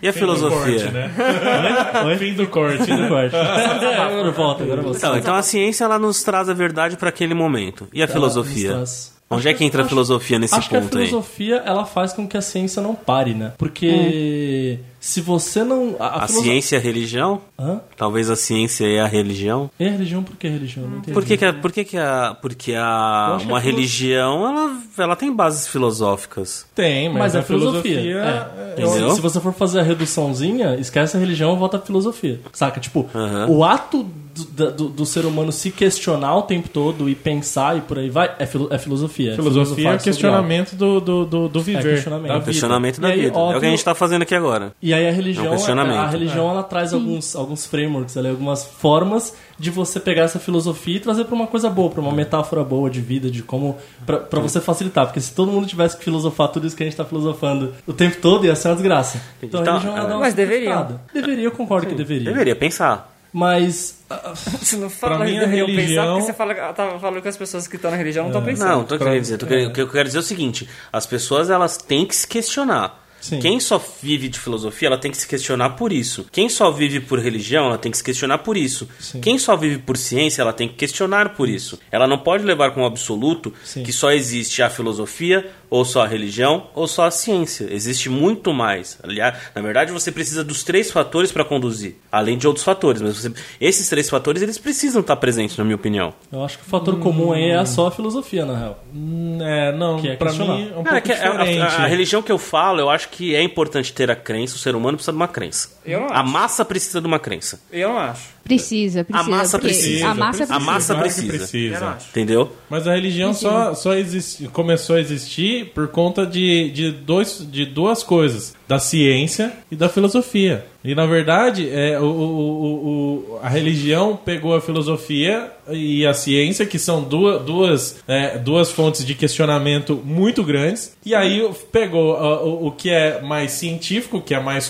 S1: E
S9: um
S1: a filosofia?
S7: Corte, né? Fim do corte. né?
S9: agora É, volta, agora volta.
S1: Então, então a ciência ela nos traz a verdade para aquele momento. E a filosofia?
S9: Nos traz
S1: Onde é que entra a filosofia nesse
S9: Acho
S1: ponto
S9: que a
S1: aí?
S9: filosofia ela faz com que a ciência não pare, né? Porque
S7: Hum.
S9: se você não.
S1: A
S9: filoso-
S1: ciência e a religião?
S9: Hã?
S1: Talvez a ciência e a religião?
S9: E a religião, por que a religião? Não entendi.
S1: Por que, que a, por que, que a. Porque a.
S9: Eu acho que
S1: Uma
S9: a filo-
S1: religião, ela, ela tem bases filosóficas.
S7: Tem, mas,
S9: Mas
S7: a
S9: é filosofia.
S7: filosofia.
S9: é.
S7: é-
S1: Entendeu?
S9: Então, Se você for fazer a reduçãozinha, esquece a religião e volta à filosofia. Saca? Tipo,
S1: Aham.
S9: o ato do, da- do- do ser humano se questionar o tempo todo e pensar e por aí vai é, filo- é filosofia.
S7: Filosofia
S9: É filosofar
S7: é
S9: sobre algo.
S7: questionamento do, do, do, do viver.
S9: questionamento.
S7: Da
S9: É
S7: vida.
S1: Questionamento
S9: E
S1: da
S9: aí,
S1: vida. É o
S9: óbvio-
S1: que a gente tá fazendo aqui agora.
S9: E aí a religião,
S1: É um questionamento.
S9: a religião ela traz alguns, alguns frameworks, ali, algumas formas de você pegar essa filosofia e trazer pra uma coisa boa,
S1: É.
S9: pra uma metáfora boa de vida, de como pra pra você facilitar, porque se todo mundo tivesse que filosofar tudo isso que a gente tá filosofando o tempo todo ia ser uma desgraça. Então,
S1: Então,
S9: a religião ela dá uma
S5: mas deveria.
S9: simplificada. Deveria, eu concordo que deveria.
S1: Deveria pensar.
S9: Mas
S5: Você não fala
S7: Pra mim, a
S5: deveriam pensar,
S7: religião-
S5: porque você fala, tá falando que as pessoas que estão na religião
S9: É.
S5: não estão pensando.
S1: Não, tô querendo dizer. tô querendo- O que eu quero dizer é o seguinte: as pessoas elas têm que se questionar.
S9: Sim.
S1: Quem só vive de filosofia, ela tem que se questionar por isso. Quem só vive por religião, ela tem que se questionar por isso. Quem só vive por ciência, ela tem que questionar por isso. Ela não pode levar como absoluto
S9: Sim.
S1: que só existe a filosofia, ou só a religião, ou só a ciência. Existe muito mais. Aliás, na verdade, você precisa dos três fatores para conduzir, além de outros fatores. Mas você- esses três fatores, eles precisam estar presentes, na minha opinião.
S9: eu acho que o fator comum aí é só a filosofia, na real.
S7: Hum, É, não,
S9: Que é
S7: pra
S9: questionar.
S7: mim é um
S1: Não, é
S7: pouco
S1: que a- a-
S7: diferente.
S1: a, a religião que eu falo, eu acho que é importante ter a crença, o ser humano precisa de uma crença.
S5: Eu não
S1: a
S5: acho.
S1: massa precisa de uma crença.
S5: Eu não acho.
S8: Precisa, precisa.
S1: massa
S8: porque
S1: precisa,
S8: A massa
S1: A
S8: precisa.
S1: massa
S7: Claro que
S1: precisa.
S5: Eu não
S7: precisa.
S5: acho.
S1: Entendeu?
S7: Mas a religião só, só existe, começou a existir por conta de, de, dois, de duas coisas: da ciência e da filosofia. E na verdade, é, o, o- o- o- a religião pegou a filosofia e a ciência, que são duas, duas, é, duas fontes de questionamento muito grandes, e aí pegou ó, o, o que é mais científico, o que é mais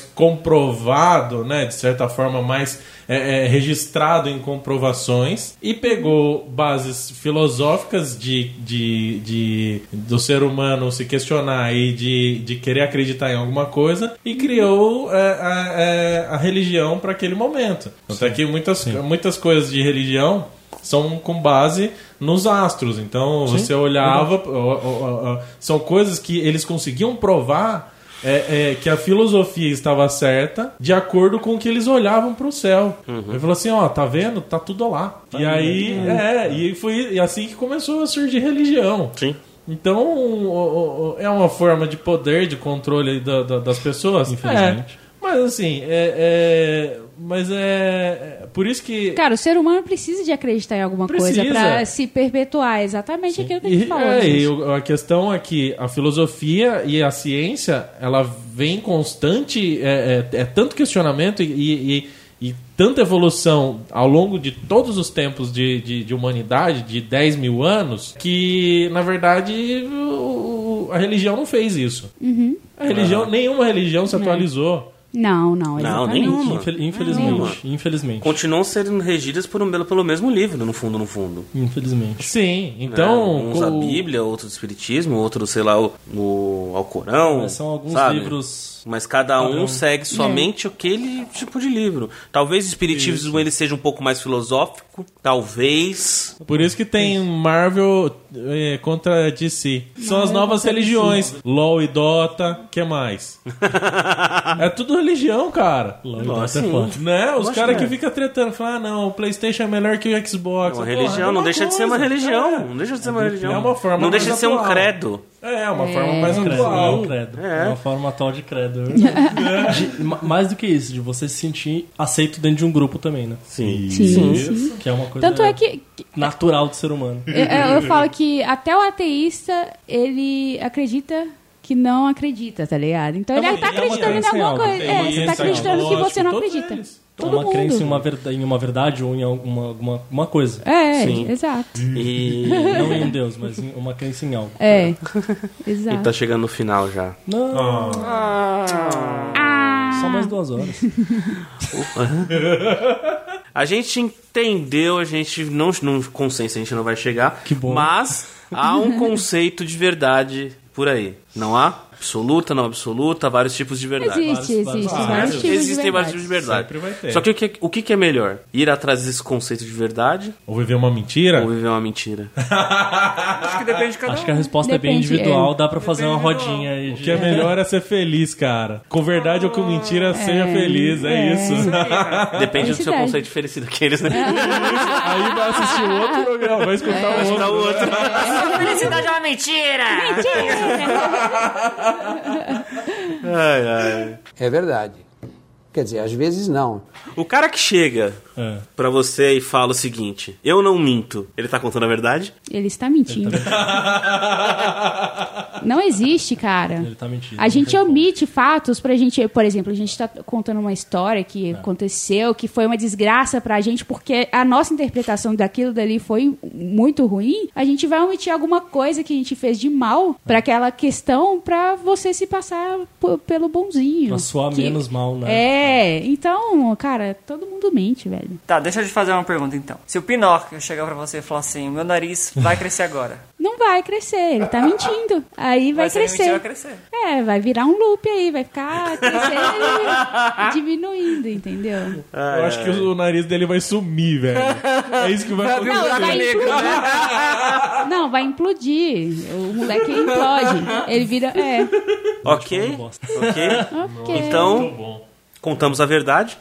S7: comprovado, né, de certa forma, mais é, é, registrado em comprovações e pegou bases filosóficas de, de, de- do ser humano se questionar e de, de querer acreditar em alguma coisa e criou é, a, é, a religião para aquele momento. Tanto é que muitas, muitas coisas de religião são com base nos astros. Então você olhava, ó, ó, ó, ó, são coisas que eles conseguiam provar é, é, que a filosofia estava certa de acordo com o que eles olhavam para o céu. Ele falou assim, ó, tá vendo? Tá tudo lá. e aí, é, e foi e assim que começou a surgir religião.
S1: Sim.
S7: Então, o- o- o- é uma forma de poder, de controle da- da- das pessoas.
S9: Infelizmente.
S7: É, mas assim, é, é- mas é, é por isso que
S8: Cara, o ser humano precisa de acreditar em alguma
S7: Precisa.
S8: coisa pra se perpetuar. Exatamente aquilo que a gente
S7: E,
S8: falou.
S7: é,
S8: gente.
S7: e o- a questão é que a filosofia e a ciência, ela vem em constante, é, é- é tanto questionamento e, e- e- e tanta evolução ao longo de todos os tempos de, de- de humanidade, de 10 mil anos, que, na verdade, o- o- a religião não fez isso. A
S1: Ah.
S7: religião, nenhuma religião se atualizou.
S8: Não, não,
S1: Não,
S8: exatamente.
S1: nenhuma.
S9: Infel- infelizmente, infelizmente.
S1: Continuam sendo regidas por um, pelo mesmo livro, no fundo, no fundo.
S9: Infelizmente.
S7: Sim,
S1: né?
S7: então...
S1: uns a
S7: o-
S1: Bíblia, outros o Espiritismo, outros, sei lá, o, o Alcorão.
S9: São alguns
S1: sabe?
S9: livros
S1: Mas cada um
S9: Padrão.
S8: É.
S1: segue somente aquele tipo de livro. Talvez o Espiritismo ele seja um pouco mais filosófico, talvez.
S7: Por isso que tem Marvel eh, contra DC. São as novas religiões. LOL e Dota, que mais? é tudo religião, cara.
S9: Nossa,
S1: sim.
S9: é foda.
S7: Né? Os
S1: assim, Lógico
S7: caras
S1: que
S7: que
S1: é.
S7: ficam tretando, falam, ah, não, o Playstation é melhor que o Xbox.
S1: É uma
S7: Porra,
S1: religião,
S7: é
S1: não
S7: uma
S1: deixa de ser uma
S7: coisa.
S1: religião. Não deixa de ser uma religião.
S7: É uma forma
S1: não
S7: mais
S1: deixa de ser um
S7: atual.
S1: credo.
S7: É, é uma forma mais
S9: credo, é um
S7: atual.
S9: credo.
S1: É.
S9: É. uma forma atual de credo. De- ma- mais do que isso, de você se sentir aceito dentro de um grupo também, né?
S1: Sim.
S8: Sim, sim.
S9: Que é uma coisa
S8: Tanto é que que-
S9: natural do ser
S1: É.
S9: humano.
S8: eu, É, eu- eu falo que até o ateísta, ele acredita que não acredita, tá ligado? Então ele
S7: Também,
S8: tá
S7: é uma
S8: acreditando em
S9: crença em
S8: alguma
S9: algo.
S8: coisa. É, você tá
S7: Ciência,
S8: acreditando que você
S7: lógico,
S8: não
S7: todos
S8: acredita.
S7: eles.
S8: Todo
S9: uma
S8: mundo.
S9: crença em uma, verda- em uma verdade ou em alguma, alguma, alguma coisa.
S8: É,
S1: Sim.
S8: exato.
S1: E.
S9: Não em um Deus, mas em uma crença em algo.
S8: É,
S1: e
S8: exato.
S1: tá chegando no final já.
S7: Ah.
S9: Não,
S8: Ah.
S9: só mais duas horas.
S1: A gente entendeu, a gente não, não consenso, a gente não vai chegar.
S9: Que bom.
S1: Mas há um conceito de verdade por aí. Não há? Absoluta, não absoluta, vários tipos de verdade.
S8: Existe,
S9: Vários-
S8: existe.
S9: vários-
S8: Vários tipos de
S1: Existem vários
S8: verdades.
S1: tipos de verdade.
S7: Sempre vai ter.
S1: Só que o, que o que que é melhor? Ir atrás desse conceito de verdade
S7: Ou viver uma mentira?
S1: ou viver uma mentira?
S5: Acho que depende de cada
S9: Ah, Acho
S5: um.
S9: que a resposta é bem
S8: Ah. Depende,
S9: individual,
S8: é.
S9: dá pra fazer uma
S5: Depende do-
S9: rodinha aí.
S7: O
S9: de-
S7: que é melhor é ser feliz, cara. Com verdade ou com mentira, seja feliz, é, isso.
S1: Depende do seu
S8: Felicidade.
S1: conceito de felicidade. Aqueles, né?
S7: Aí vai assistir o outro programa, vai escutar o outro.
S1: Pra outro.
S5: Felicidade é uma mentira!
S1: Ai, ai.
S10: É verdade. Quer dizer, às vezes não.
S1: O cara que chega
S7: É.
S1: pra você e fala o seguinte: Eu não minto. Ele tá contando a verdade?
S8: Ele está mentindo. Não existe, cara.
S9: Ele tá mentindo.
S8: A gente é
S9: Não tem como.
S8: omite fatos pra gente, por exemplo, a gente tá contando uma história
S9: É.
S8: que aconteceu, que foi uma desgraça pra gente, porque a nossa interpretação daquilo dali foi muito ruim. A gente vai omitir alguma coisa que a gente fez de
S9: É.
S8: mal pra aquela questão pra você se passar p- pelo bonzinho.
S9: Pra soar
S8: Que-
S9: menos mal, né?
S8: É, então, cara, todo mundo mente, velho.
S5: Tá, deixa eu te fazer uma pergunta então. Se o Pinóquio chegar pra você e falar assim, meu nariz vai crescer agora.
S8: Não vai crescer, ele tá mentindo. Aí vai,
S5: Mas se ele mentir,
S8: crescer.
S5: vai crescer.
S8: É, vai virar um loop aí, vai ficar crescendo e diminuindo, entendeu?
S7: Eu acho que o nariz dele vai sumir, velho. É isso que vai
S5: Vai abrir um
S8: Não,
S5: buraco
S8: vai
S5: negro, né?
S8: Não, vai implodir. O moleque implode. Ele vira. É.
S1: Ok.
S9: bosta.
S1: Ok.
S8: Ok.
S1: Então,
S7: bom.
S1: contamos a verdade.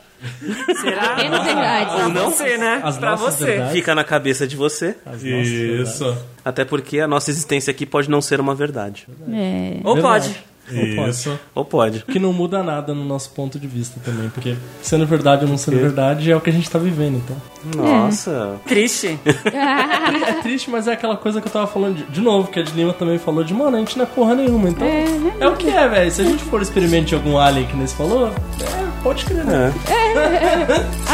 S5: Será?
S8: Pequenas verdades.
S5: Ou não sei, né?
S9: As
S5: pra
S9: nossas
S5: você.
S9: verdades.
S1: Fica na cabeça de você.
S9: As nossas
S7: Isso.
S1: Até porque a nossa existência aqui pode não ser uma verdade.
S8: É.
S5: Ou
S9: Verdade.
S5: pode.
S7: Isso.
S1: Ou pode.
S9: Que não muda nada no nosso ponto de vista também, porque sendo verdade ou não sendo verdade é o que a gente tá vivendo, então.
S5: É.
S1: Nossa.
S5: Triste.
S9: É triste, mas é aquela coisa que eu tava falando de, de novo, que a de Lima também falou de, mano, a gente não é porra nenhuma, então. É, o que é, velho. Se a gente for experimento de algum alien que nesse falou, é, pode crer, né?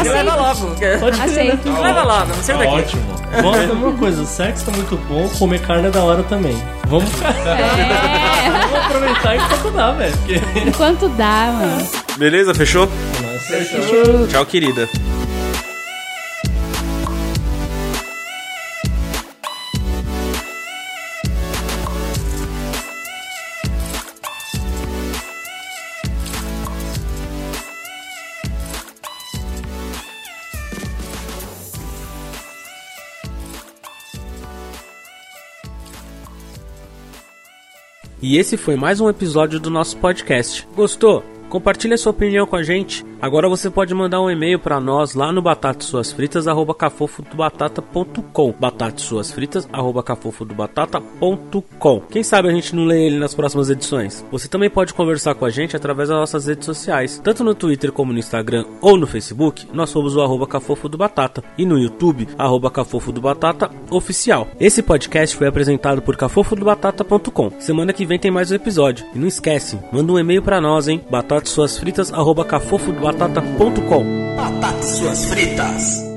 S5: Me leva logo.
S9: Pode crer, né?
S8: Aceito.
S5: Me leva logo, não sei
S7: Tá
S5: daqui.
S7: ótimo.
S9: Bom, é a mesma coisa, sexo tá muito bom, comer carne é da hora também. Vamos, Vamos aproveitar enquanto dá, velho. Porque...
S8: Enquanto É, dá, mano.
S1: Beleza? Fechou? Tchau, querida. E esse foi mais um episódio do nosso podcast. Gostou? Compartilhe a sua opinião com a gente. Agora você pode mandar um e-mail para nós lá no batatasuasfritas@cafofodobatata.com. batatasuasfritas@cafofodobatata.com. Quem sabe a gente não lê ele nas próximas edições. Você também pode conversar com a gente através das nossas redes sociais, tanto no Twitter como no Instagram ou no Facebook. Nós somos o arroba Cafofo do Batata e no YouTube arroba Cafofo do Batata oficial. Esse podcast foi apresentado por cafofodobatata.com. Semana que vem tem mais um episódio. E não esquece, manda um e-mail pra nós, hein? batatasuasfritas@cafofodobatata.com.
S11: Batata e suas fritas.